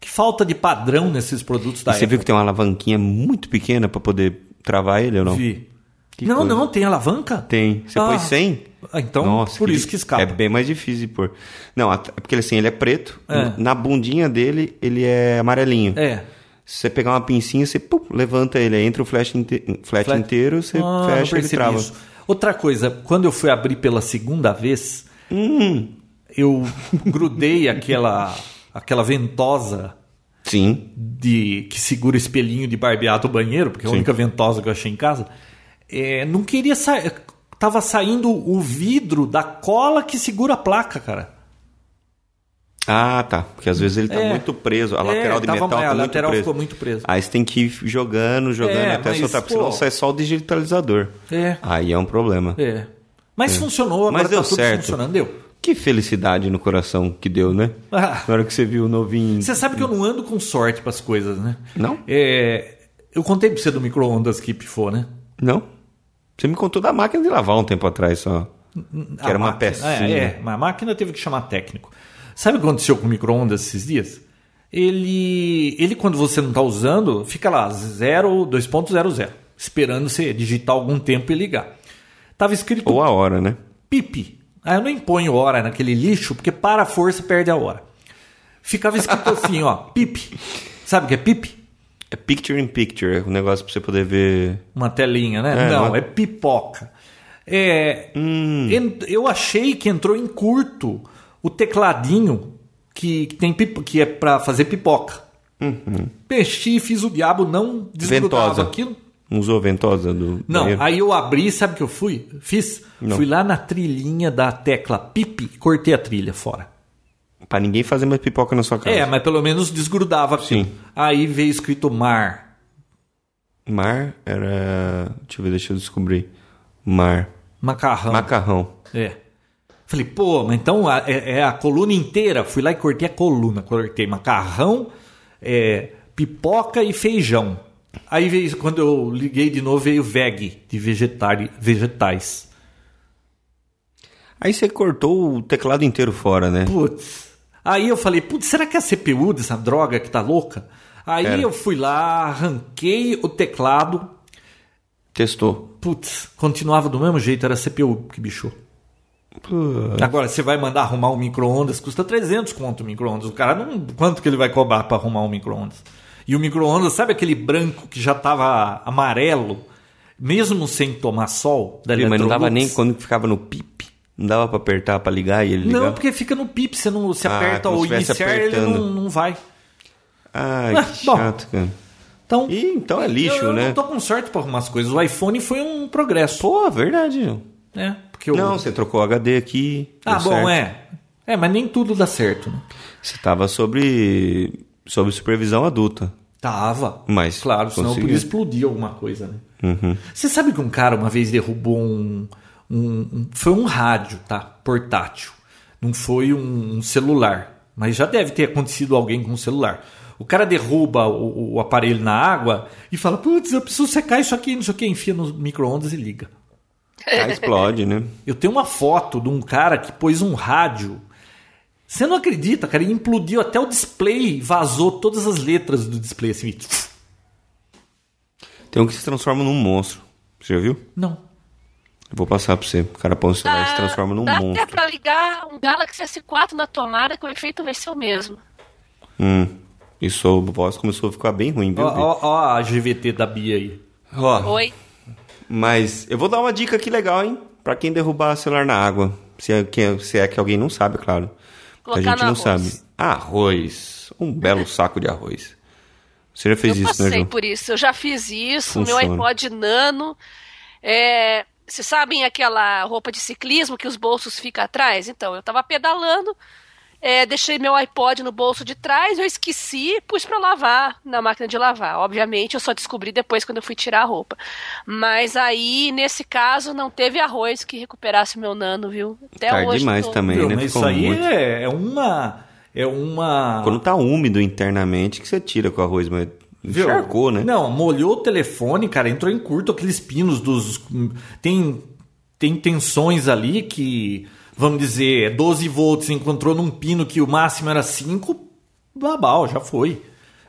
C: Que falta de padrão nesses produtos da
B: E você
C: Apple.
B: viu que tem uma alavanquinha muito pequena pra poder travar ele ou não?
C: Vi.
B: Que
C: não,
B: coisa.
C: não, tem alavanca?
B: Tem. Você
C: Ah.
B: põe 100?
C: Ah, Então, por isso que escapa.
B: É bem mais difícil de pôr. Não, at- é porque assim, ele é preto.
C: É.
B: Na bundinha dele, ele é amarelinho.
C: É.
B: Se você pegar uma pincinha, você pum, levanta ele. Aí entra o flash, inte um flat
C: Flat-
B: inteiro, você
C: Ah, não
B: fecha e ele
C: percebi
B: trava.
C: isso. Outra coisa, quando eu fui abrir pela segunda vez,
B: Hum.
C: eu grudei aquela aquela ventosa
B: Sim.
C: de que segura o espelhinho de barbear do banheiro, porque é a
B: Sim.
C: única ventosa que eu achei em casa. É, não queria sair. Tava saindo o vidro da cola que segura a placa, cara.
B: Ah, tá. Porque às vezes ele tá
C: É.
B: muito preso. A
C: É,
B: lateral de
C: tava-
B: metal tá
C: é, a
B: muito
C: lateral
B: preso.
C: ficou muito presa.
B: Aí você tem que ir jogando, jogando
C: É,
B: até
C: mas,
B: soltar. Porque
C: pô.
B: senão sai só o digitalizador.
C: É.
B: Aí é um problema.
C: É. Mas funcionou, agora
B: Mas deu
C: tá tudo
B: certo.
C: funcionando. Deu.
B: Que felicidade no coração que deu, né?
C: Ah.
B: Na hora que você viu o novinho.
C: Você sabe que eu não ando com sorte pras coisas, né?
B: Não?
C: É, eu contei pra você do micro-ondas que pifou, né?
B: Não? Você me contou da máquina de lavar um tempo atrás só. Que
C: A
B: era uma
C: máquina-
B: pecinha.
C: É, é, mas a máquina teve que chamar técnico. Sabe o que aconteceu com o micro-ondas esses dias? ele, ele quando você não está usando, fica lá 0, 2.00, esperando você digitar algum tempo e ligar. Tava escrito
B: Ou a hora, né?
C: pipe. Aí eu não imponho hora naquele lixo, porque para a força perde a hora. Ficava escrito assim, ó, pipe. Sabe o que é pipe?
B: É picture in picture, é um negócio pra você poder ver.
C: Uma telinha, né?
B: É,
C: não,
B: uma- Hum.
C: é pipoca. É, en- Eu achei que entrou em curto o tecladinho que, que tem pip- que é pra fazer pipoca. Mexi e fiz o diabo, não desgrudava
B: Uhum. Ventosa.
C: aquilo.
B: Não usou a ventosa do.
C: Não,
B: banheiro?
C: aí eu abri, sabe o que eu fui? Fiz?
B: Não.
C: Fui lá na trilhinha da tecla pip e cortei a trilha fora.
B: Pra ninguém fazer mais pipoca na sua casa.
C: É, mas pelo menos desgrudava aquilo.
B: Tá. Sim.
C: Aí veio escrito mar.
B: Mar era. Deixa eu ver, deixa eu descobrir. Mar.
C: Macarrão.
B: Macarrão.
C: É. Falei, pô, mas então a- é, é a coluna inteira. Fui lá e cortei a coluna. Cortei macarrão, é, pipoca e feijão. Aí veio, quando eu liguei de novo, veio veg, de vegetari, vegetais.
B: Aí você cortou o teclado inteiro fora, né?
C: Putz. Aí eu falei, putz, será que é a CPU dessa droga que tá louca? Aí
B: Era.
C: eu fui lá, arranquei o teclado.
B: Testou.
C: Putz, continuava do mesmo jeito, era a CPU que bichou. Agora, você vai mandar arrumar um micro-ondas, custa 300 conto o micro-ondas. O cara não. Quanto que ele vai cobrar para arrumar um micro-ondas? E o micro-ondas, sabe aquele branco que já estava amarelo, mesmo sem tomar sol? Da
B: Mas não dava
C: Electrolux?
B: nem quando ficava no pip. Não dava pra apertar, pra ligar e ele ligava.
C: Não, porque fica no pip, você não se
B: Ah,
C: aperta
B: como
C: ou
B: se tivesse
C: iniciar, ele
B: apertando.
C: não, não vai.
B: Ai,
C: Ah,
B: que
C: bom.
B: chato, cara.
C: Então,
B: Ih, então é lixo,
C: eu, eu
B: né?
C: não tô com sorte para algumas coisas. O iPhone foi um progresso,
B: Pô, verdade. João.
C: né? Porque o-
B: Não, você trocou o HD aqui.
C: Ah,
B: deu
C: bom,
B: certo.
C: é. É, mas nem tudo dá certo, né?
B: Você tava sobre, sobre supervisão adulta.
C: Tava.
B: Mas
C: Claro, senão
B: conseguiu.
C: podia explodir alguma coisa, né? Você sabe que um cara uma vez derrubou um. um- um- foi um rádio, tá? Portátil. Não foi um, um celular. Mas já deve ter acontecido alguém com um celular. O cara derruba o, o aparelho na água e fala: Putz, eu preciso secar isso aqui, não sei o que, enfia no micro-ondas e liga.
B: Aí explode, né?
C: Eu tenho uma foto de um cara que pôs um rádio. Você não acredita, cara? Ele implodiu até o display, vazou todas as letras do display assim.
B: Tem um que se transforma num monstro. Você já viu?
C: Não.
B: Eu vou passar pra você. O cara põe o celular e se transforma num
A: dá até
B: monstro.
A: pra ligar um Galaxy S4 na tomada que o efeito vai ser o mesmo.
B: Hum. E sua voz começou a ficar bem ruim, viu? Bi?
C: Ó, ó, ó a GVT da Bia aí.
B: Ó,
A: Oi?
B: mas eu vou dar uma dica aqui legal, hein? Pra quem derrubar celular na água. Se é que, se é que alguém não sabe, claro.
A: Colocar
B: a gente
A: no
B: não
A: arroz.
B: sabe. Arroz. Um belo saco de arroz. Você já fez
A: eu
B: isso, né,
A: passei
B: João?
A: por isso, eu já fiz isso, meu
B: Funciona.
A: iPod nano. É, vocês sabem aquela roupa de ciclismo que os bolsos ficam atrás? Então, eu tava pedalando, é, deixei meu iPod no bolso de trás, eu esqueci, pus pra lavar na máquina de lavar. Obviamente, eu só descobri depois quando eu fui tirar a roupa. Mas aí, nesse caso, não teve arroz que recuperasse o meu nano, viu? Até
B: Tarde
A: hoje.
B: demais
A: tô-
B: também,
C: Meu,
B: né?
C: mas
B: Ficou
C: isso aí
B: muito.
C: é, é uma. É uma.
B: Quando tá úmido internamente, que você tira com o arroz, mas
C: Viu?
B: encharcou, né?
C: Não, molhou o telefone, cara, entrou em curto aqueles pinos dos. Tem, tem tensões ali que, vamos dizer, é 12 volts, encontrou num pino que o máximo era 5, babau, já foi.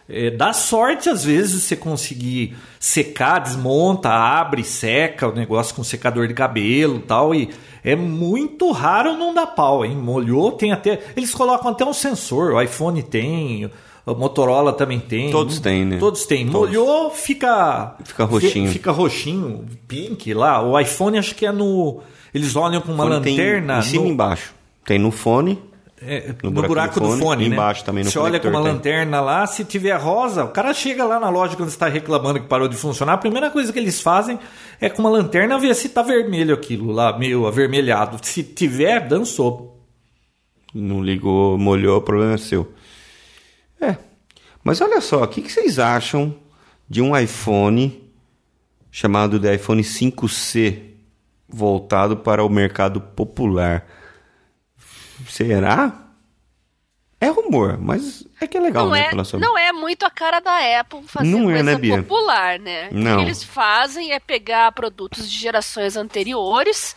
C: É, dá sorte, às vezes, você conseguir secar, desmonta, abre, seca o negócio com secador de cabelo e tal. E é muito raro não dar pau, hein? Molhou, tem até. Eles colocam até um sensor, o iPhone tem, o Motorola também tem.
B: Todos têm, né?
C: Todos têm.
B: Todos.
C: Molhou, fica.
B: Fica roxinho.
C: fi- Fica roxinho, pink lá. O iPhone acho que é no. Eles olham com uma
B: Quando tem
C: lanterna.
B: Em cima e
C: no-
B: embaixo. Tem no fone.
C: é,
B: No
C: no,
B: buraco
C: buraco,
B: do
C: do
B: fone,
C: fone,
B: e
C: né?
B: embaixo também no
C: Você olha com uma
B: conector tem.
C: lanterna lá, se tiver rosa, o cara chega lá na loja quando está reclamando que parou de funcionar, a primeira coisa que eles fazem é com uma lanterna ver se tá vermelho aquilo lá, meio avermelhado. Se tiver, dançou.
B: Não ligou, molhou, o problema é seu. É. Mas olha só, o que, que vocês acham de um iPhone chamado de iPhone 5C voltado para o mercado popular? Será? É rumor, mas é que é legal,
A: Não,
B: né?
A: é,
B: falar sobre.
A: não é muito a cara da Apple fazer
B: Não é,
A: coisa
B: né, Bia?
A: popular, né?
B: Não.
A: O que eles fazem é pegar produtos de gerações anteriores,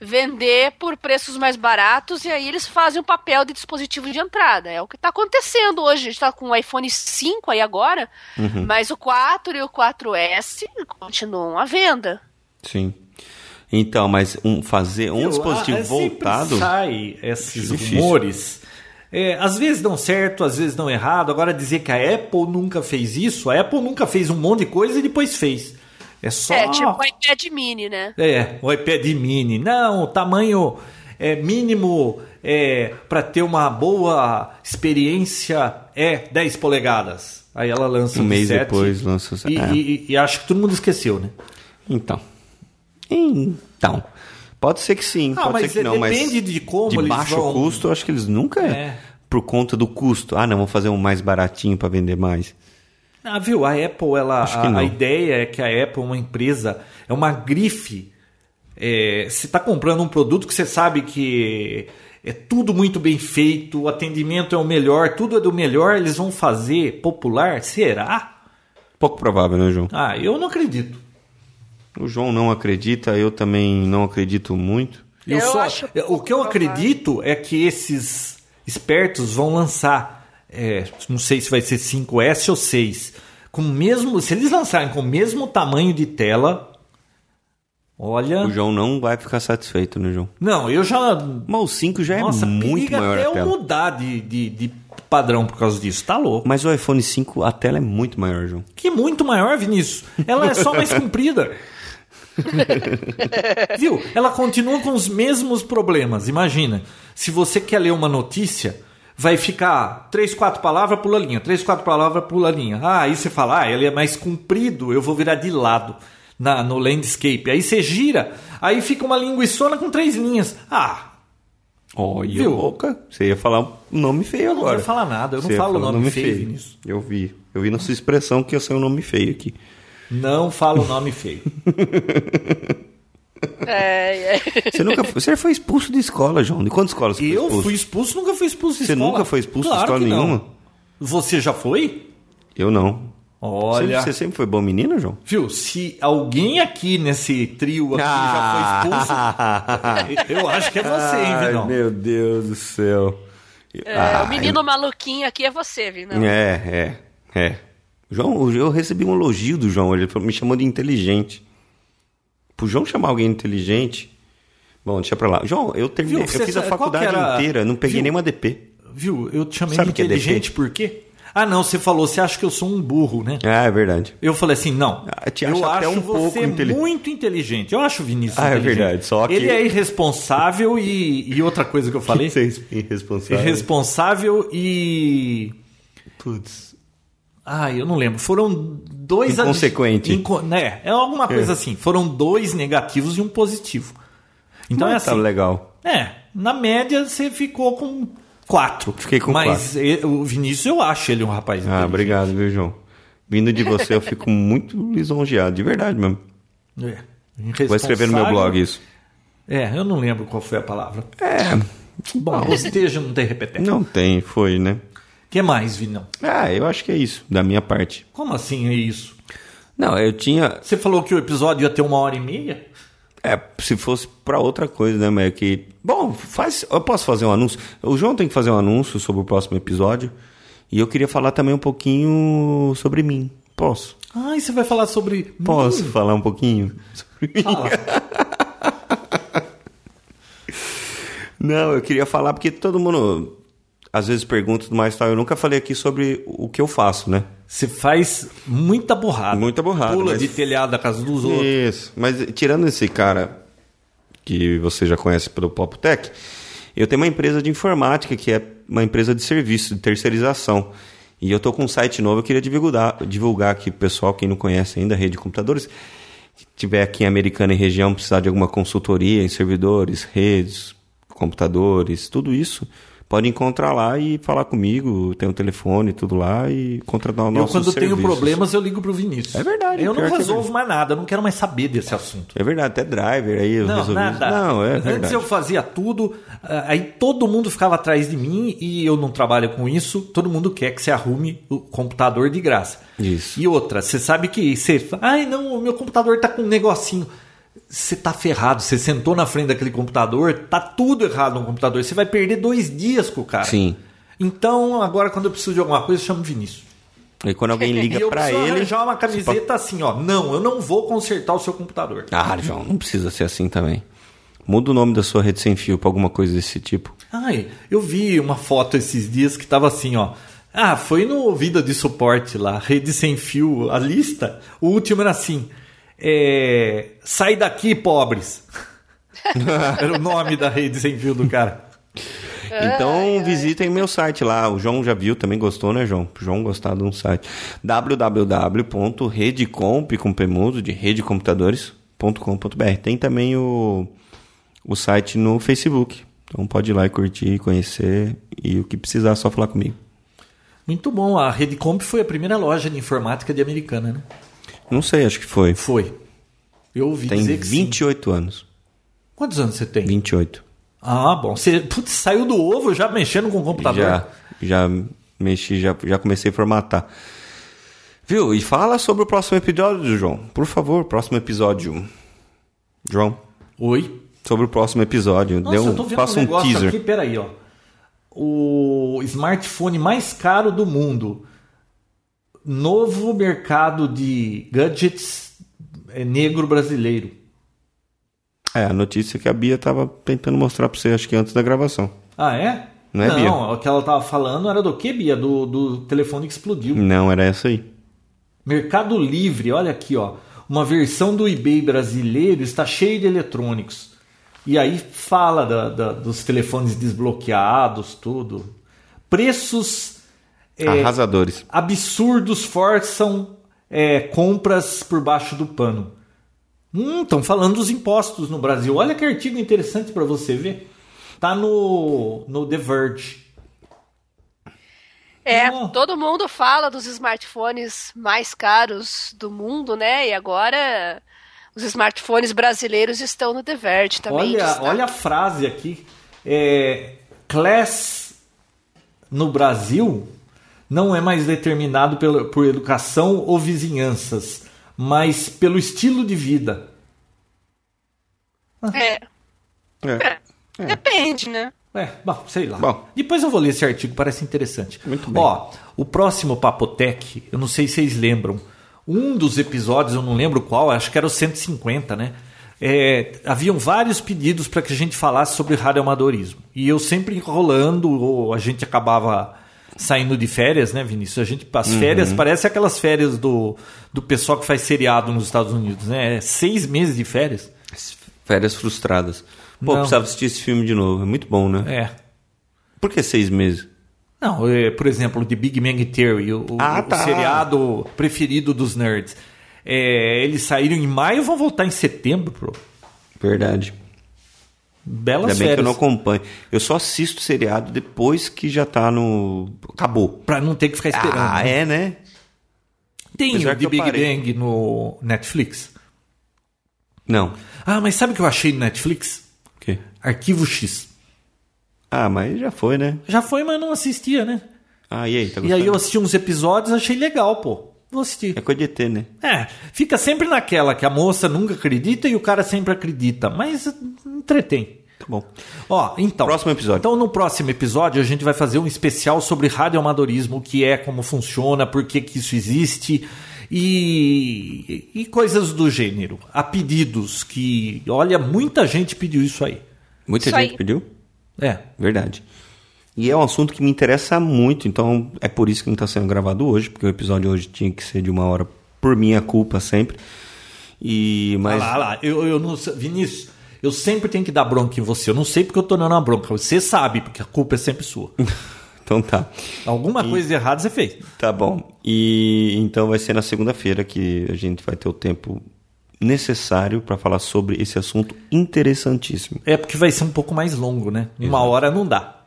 A: vender por preços mais baratos e aí eles fazem o papel de dispositivo de entrada. É o que está acontecendo hoje. A gente está com o iPhone 5 aí agora,
B: Uhum.
A: mas o 4 e o 4S continuam à venda.
B: Sim. Então, mas um, fazer um
C: Eu-
B: dispositivo
C: ah, sempre
B: voltado.
C: sai esses
B: Difícil.
C: rumores. É, às vezes dão certo, às vezes dão errado. Agora dizer que a Apple nunca fez isso, a Apple nunca fez um monte de coisa e depois fez. É só
A: É, tipo o iPad mini, né?
C: É, o iPad mini. Não, o tamanho é mínimo é, para ter uma boa experiência é 10 polegadas. Aí ela lança
B: Um
C: de
B: mês
C: sete.
B: depois lança o-
C: E,
B: é.
C: e- e acho que todo mundo esqueceu, né?
B: Então. Então. Pode ser que sim,
C: Ah,
B: pode
C: mas
B: ser que não, mas.
C: depende de como eles
B: baixo
C: vão-
B: custo, eu acho que eles nunca.
C: É.
B: Por conta do custo. Ah, não, vou fazer um mais baratinho para vender mais.
C: Ah, viu? A Apple, ela,
B: Acho que
C: a,
B: não.
C: a ideia é que a Apple é uma empresa, é uma grife. É, você está comprando um produto que você sabe que é tudo muito bem feito, o atendimento é o melhor, tudo é do melhor, eles vão fazer popular? Será?
B: Pouco provável, né, João?
C: Ah, eu não acredito.
B: O João não acredita, eu também não acredito muito.
C: Eu
A: Eu
C: só-
A: acho
C: o que eu
A: pouco provável.
C: acredito é que esses espertos vão lançar, é, não sei se vai ser 5S ou 6, com o mesmo, se eles lançarem com o mesmo tamanho de tela, olha,
B: O João não vai ficar satisfeito, né, João?
C: não, eu já,
B: Mas o 5 já
C: nossa,
B: é muito
C: periga
B: maior
C: até
B: a
C: eu
B: tela.
C: mudar de, de, de padrão por causa disso, tá louco?
B: Mas o iPhone 5, a tela é muito maior, João.
C: Que muito maior, Vinícius. Ela é só mais comprida. Viu? Ela continua com os mesmos problemas. Imagina, se você quer ler uma notícia, vai ficar três, quatro palavras, pula a linha. Três, quatro palavras, pula a linha. Ah, aí você fala, ah, ele é mais comprido, eu vou virar de lado na, no landscape. Aí você gira, aí fica uma linguiçona com três linhas. Ah,
B: Olha,
C: Viu?
B: boca. Você ia falar um nome feio
C: não
B: agora.
C: ia falar nada, eu não
B: ia
C: falo
B: falar um
C: nome feio, Vinícius.
B: Eu vi. Eu vi na sua expressão que ia ser um nome feio aqui.
C: não fala o nome feio.
A: É, é.
B: Você nunca foi, você foi expulso de escola, João. De quantas escolas você foi
C: Eu
B: expulso?
C: fui expulso, nunca fui expulso de
B: Você
C: escola.
B: nunca foi expulso de
C: Claro
B: escola
C: que não.
B: nenhuma?
C: Você já foi?
B: Eu não.
C: Olha.
B: Você, você sempre foi bom menino, João?
C: Viu, se alguém aqui nesse trio aqui já foi expulso, eu acho que é você, hein, Vinão?
B: Ah. meu Deus do céu.
A: É,
B: Ah,
A: o menino maluquinho aqui é você, Vinão.
C: Então.
B: É, é, é. João, eu recebi um elogio do João, ele falou- me chamou de inteligente. Pro João chamar alguém inteligente. Bom, deixa pra lá. João, eu terminei,
C: Viu, você
B: eu fiz a
C: sabe- qual
B: faculdade
C: que era-
B: inteira, não peguei
C: Viu?
B: nenhuma DP.
C: Viu, eu te chamei
B: Sabe
C: de
B: que é
C: inteligente por quê? Ah, não, você falou, você acha que eu sou um burro, né?
B: Ah, é verdade.
C: Eu falei assim, não,
B: Ah, te
C: eu
B: acho até
C: acho
B: um pouco
C: você
B: inteli-
C: muito inteligente. Eu acho o Vinícius
B: Ah, é
C: inteligente.
B: verdade, só que-
C: Ele é irresponsável e, e outra coisa que eu falei,
B: Vocês irresponsáveis.
C: irresponsável e...
B: Putz.
C: Ah, eu não lembro. Foram dois... ad-
B: Inconsequente.
C: Inco... né? É alguma coisa
B: É.
C: assim. Foram dois negativos e um positivo. Então
B: Então
C: é
B: é
C: assim.
B: tá legal.
C: É, na média você ficou com quatro.
B: Fiquei com
C: Mas e- o Vinícius, eu acho ele um rapaz.
B: Ah,
C: inteligente.
B: obrigado, viu, João? Vindo de você, eu fico muito lisonjeado, de verdade mesmo.
C: É,
B: Vou escrever no meu blog isso.
C: É, eu não lembro qual foi a palavra. É. Bom, esteja no TRPT. O
B: Não tem, foi, né?
C: que mais, Vinão?
B: Ah, eu acho que é isso, da minha parte.
C: Como assim é isso?
B: Não, eu tinha,
C: Você falou que o episódio ia ter uma hora e meia?
B: É, se fosse pra outra coisa, né, meio que... Bom, faz, eu posso fazer um anúncio? O João tem que fazer um anúncio sobre o próximo episódio. E eu queria falar também um pouquinho sobre mim. Posso?
C: Ai, você vai falar sobre.
B: Posso
C: Hum,
B: falar um pouquinho sobre mim?
C: fala.
B: Não, eu queria falar porque todo mundo às vezes pergunta e tudo mais e tal. Eu nunca falei aqui sobre o que eu faço, né?
C: Você faz muita borrada.
B: Muita borrada,
C: Pula
B: mas- Hum,
C: de telhado da casa dos outros.
B: Isso. Mas eh, tirando esse cara que você já conhece pelo Poptech, eu tenho uma empresa de informática que é uma empresa de serviço, de terceirização. E eu tô com um site novo, eu queria divulgar, divulgar aqui pro pessoal, quem não conhece ainda, a rede de computadores. Se tiver aqui em Americana e região, precisar de alguma consultoria em servidores, redes, computadores, tudo isso, pode encontrar lá e falar comigo, tem o telefone, tudo lá e contratar o
C: Eu,
B: nosso
C: quando tenho
B: serviço.
C: problemas, eu ligo pro Vinícius.
B: É verdade,
C: Eu não
B: pior que é
C: resolvo
B: verdade.
C: mais nada, eu não quero mais saber desse assunto.
B: É verdade, até driver aí eu
C: Não,
B: resolvi.
C: nada.
B: Não, é
C: Antes
B: verdade.
C: eu fazia tudo, ah, aí todo mundo ficava atrás de mim e eu não trabalho com isso. Todo mundo quer que você arrume o computador de graça.
B: Isso.
C: E outra, você sabe que você. Ai, não, o meu computador tá com um negocinho. você tá ferrado. Você sentou na frente daquele computador, tá tudo errado no computador. Você vai perder dois dias com o cara.
B: Sim.
C: Então, agora quando eu preciso de alguma coisa, eu chamo o Vinícius.
B: E quando alguém
C: e eu
B: liga pra
C: preciso
B: ele.
C: arranjar uma camiseta assim, ó. Não, eu não vou consertar o seu computador.
B: Ah, João, não precisa ser assim também. Muda o nome da sua rede sem fio pra alguma coisa desse tipo.
C: Ai, eu vi uma foto esses dias que tava assim, ó. Ah, foi no Vida de Suporte lá, Rede Sem Fio, a lista. O último era assim: é, Sai daqui, pobres. era o nome da Rede Sem Fio do cara.
B: Então visitem meu site lá. O João já viu, também gostou, né, João? O João gostar de um site. www.redecomp, com Pmudo, de redecomputadores.com.br. Tem também o, o site no Facebook. Então pode ir lá e curtir, conhecer. E o que precisar, é só falar comigo.
C: Muito bom, a Rede Comp foi a primeira loja de informática de americana, né?
B: Não sei, acho que foi.
C: Foi. Eu ouvi
B: Tem
C: dizer que sim.
B: 28 anos.
C: Quantos anos você tem?
B: 28.
C: Ah, bom. Você putz, saiu do ovo já mexendo com o computador.
B: já, já mexi, já, já comecei a formatar. Viu? E fala sobre o próximo episódio, João. Por favor, próximo episódio. João,
C: Oi.
B: sobre o próximo episódio.
C: Nossa,
B: Deu
C: eu
B: um-
C: tô vendo
B: faça
C: um
B: um,
C: negócio
B: teaser.
C: aqui, peraí, ó. O smartphone mais caro do mundo. Novo mercado de gadgets é, negro brasileiro.
B: É, a notícia que a Bia tava tentando mostrar pra você, acho que antes da gravação.
C: Ah, é?
B: Não é,
C: Não,
B: Bia?
C: o que ela tava falando era do que, Bia? Do, do telefone que explodiu.
B: Não, era essa aí.
C: Mercado Livre, olha aqui, ó. Uma versão do eBay brasileiro está cheia de eletrônicos. E aí fala da- da- dos telefones desbloqueados, tudo. Preços é,
B: Arrasadores.
C: absurdos forçam é, compras por baixo do pano. Hum, estão falando dos impostos no Brasil. Olha que artigo interessante para você ver. Tá no, no The Verge.
A: É,
C: Não.
A: todo mundo fala dos smartphones mais caros do mundo, né? E agora os smartphones brasileiros estão no The Verge também.
C: olha,
A: destaque.
C: olha a frase aqui. É, class no Brasil não é mais determinado pela, por educação ou vizinhanças, mas pelo estilo de vida.
A: É,
B: É.
A: é. Depende, né?
C: É, bom, sei lá.
B: Bom.
C: Depois eu vou ler esse artigo, parece interessante.
B: Muito bem.
C: Ó, o próximo Papotec, eu não sei se vocês lembram. Um dos episódios, eu não lembro qual, acho que era o 150, né? É, haviam vários pedidos para que a gente falasse sobre radioamadorismo. E eu sempre enrolando, ou a gente acabava saindo de férias, né, Vinícius? A gente,
B: Uhum.
C: as férias parece aquelas férias do, do pessoal que faz seriado nos Estados Unidos, né? É seis meses de férias.
B: Férias frustradas. Pô,
C: Não.
B: precisava assistir esse filme de novo. É muito bom, né?
C: É.
B: Por que seis meses?
C: Não, é, por exemplo, The Big Bang Theory, o, o-
B: Ah,
C: o
B: tá.
C: seriado preferido dos nerds. É, eles saíram em maio e vão voltar em setembro, pô.
B: Verdade.
C: Belas
B: Ainda bem que eu
C: férias.
B: não acompanho. Eu só assisto seriado depois que já tá no. Acabou.
C: Pra não ter que ficar esperando.
B: Ah,
C: né?
B: é, né?
C: Tem
B: Apesar
C: o
B: que
C: The
B: eu
C: Big
B: parei.
C: Bang no Netflix.
B: Não.
C: Ah, mas sabe o que eu achei no Netflix?
B: O quê?
C: Arquivo X.
B: Ah, mas já foi, né?
C: Já foi, mas não assistia, né?
B: Ah, e aí? Tá
C: E aí eu
B: gostando?
C: assisti uns episódios achei legal, pô. Vou assistir.
B: É coisa de ET, né?
C: É, fica sempre naquela que a moça nunca acredita e o cara sempre acredita, mas eh, entretém.
B: Tá bom.
C: Ó, então.
B: Próximo episódio.
C: Então, no próximo episódio, a gente vai fazer um especial sobre radioamadorismo, o que é, como funciona, por que, que isso existe e, e coisas do gênero. Há pedidos que, olha, muita gente pediu isso aí.
B: Muita
A: Isso
B: gente
A: aí.
B: pediu?
C: É.
B: Verdade. E é um assunto que me interessa muito, então é por isso que não está sendo gravado hoje, porque o episódio hoje tinha que ser de uma hora por minha culpa sempre. E
C: Olha
B: mas
C: lá, olha lá. Eu, eu não sei- Vinícius, eu sempre tenho que dar bronca em você. Eu não sei porque eu tô dando uma bronca. Você sabe, porque a culpa é sempre sua.
B: então tá.
C: Alguma coisa de errado você fez.
B: Tá bom. E então vai ser na segunda-feira que a gente vai ter o tempo necessário para falar sobre esse assunto interessantíssimo.
C: É porque vai ser um pouco mais longo, né? Uma hora não dá.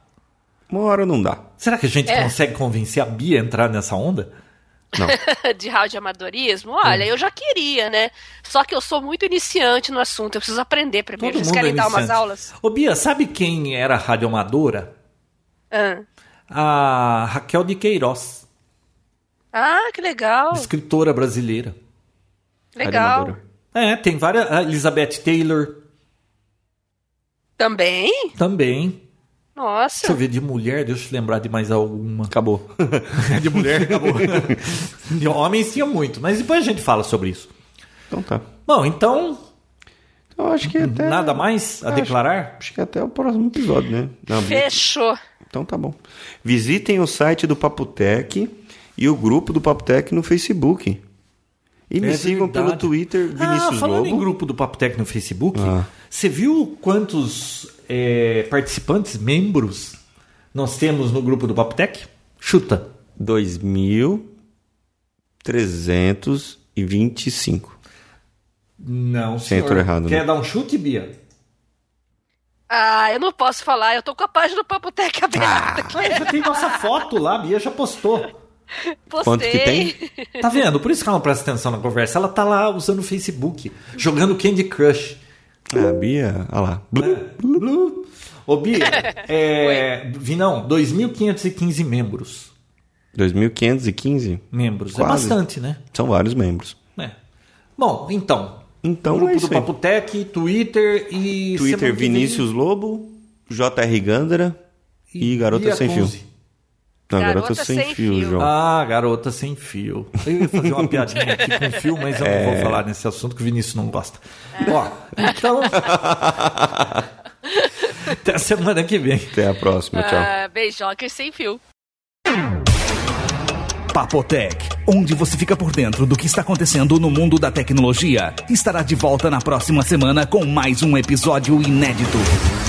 B: Uma hora não dá.
C: Será que a gente
A: É.
C: consegue convencer a Bia a entrar nessa onda?
A: de radioamadorismo, olha, eu já queria, né? Só que eu sou muito iniciante no assunto, eu preciso aprender primeiro. Vocês querem dar umas
C: é iniciante.
A: aulas?
C: Ô Bia, sabe quem era radioamadora?
A: Ah,
C: A Raquel de Queiroz,
A: Ah, que legal,
C: escritora brasileira.
A: legal.
B: Animadora.
C: É, tem várias. A Elizabeth Taylor
A: Também?
C: também. Deixa
A: Nossa.
C: eu ver de mulher, deixa eu lembrar de mais alguma.
B: Acabou.
C: De mulher, acabou. de homens tinha muito, mas depois a gente fala sobre isso.
B: Então tá.
C: Bom, então,
B: Eu acho que até.
C: nada mais a
B: acho-
C: declarar?
B: Acho que até o próximo episódio, né? Não,
A: É. Fechou.
B: Então tá bom. Visitem o site do Papotec e o grupo do Papotec no Facebook. E me
C: É
B: sigam
C: verdade.
B: pelo Twitter
C: Ah,
B: Vinícius
C: falando em
B: Lobo.
C: grupo do Papo Tech no Facebook,
B: Ah.
C: você viu quantos é, participantes, membros, nós temos no grupo do Papo Tech? Chuta.
B: 2325.
C: Não,
B: Você
C: senhor.
B: entrou errado,
C: Quer
B: né?
C: dar um chute, Bia?
A: Ah, eu não posso falar, eu tô com a página do Papo Tech aberta.
C: Ah, já tem nossa foto lá, a Bia já postou.
A: Postei.
B: Quanto que tem?
C: Tá vendo? Por isso que ela não presta atenção na conversa. Ela tá lá usando o Facebook, jogando Candy Crush.
B: Ah, Bia, olha lá. Blu.
C: Blu. Ô, Bia, é, Vinão, 2.515 membros.
B: 2515?
C: Membros. É
B: Quase.
C: bastante, né?
B: São vários membros.
C: É. Bom, então.
B: Então
C: grupo
B: é
C: do
B: isso aí.
C: Papotec, Twitter e.
B: Twitter
C: semana que vem-
B: Vinícius Lobo, JR Gandra e, Garota
C: Bia
B: Sem
C: Kunze.
B: Fio. Não, Garota,
A: Garota
B: Sem,
A: Sem
B: Fio,
A: Fio.
B: João.
C: Ah, garota sem fio. Eu ia fazer uma piadinha aqui com fio, mas eu não vou falar nesse assunto que o Vinícius não gosta. Ó, então. Até a semana que vem.
B: Até a próxima, tchau.
A: Ah, beijocas sem fio.
D: Papotec, onde você fica por dentro do que está acontecendo no mundo da tecnologia, estará de volta na próxima semana com mais um episódio inédito.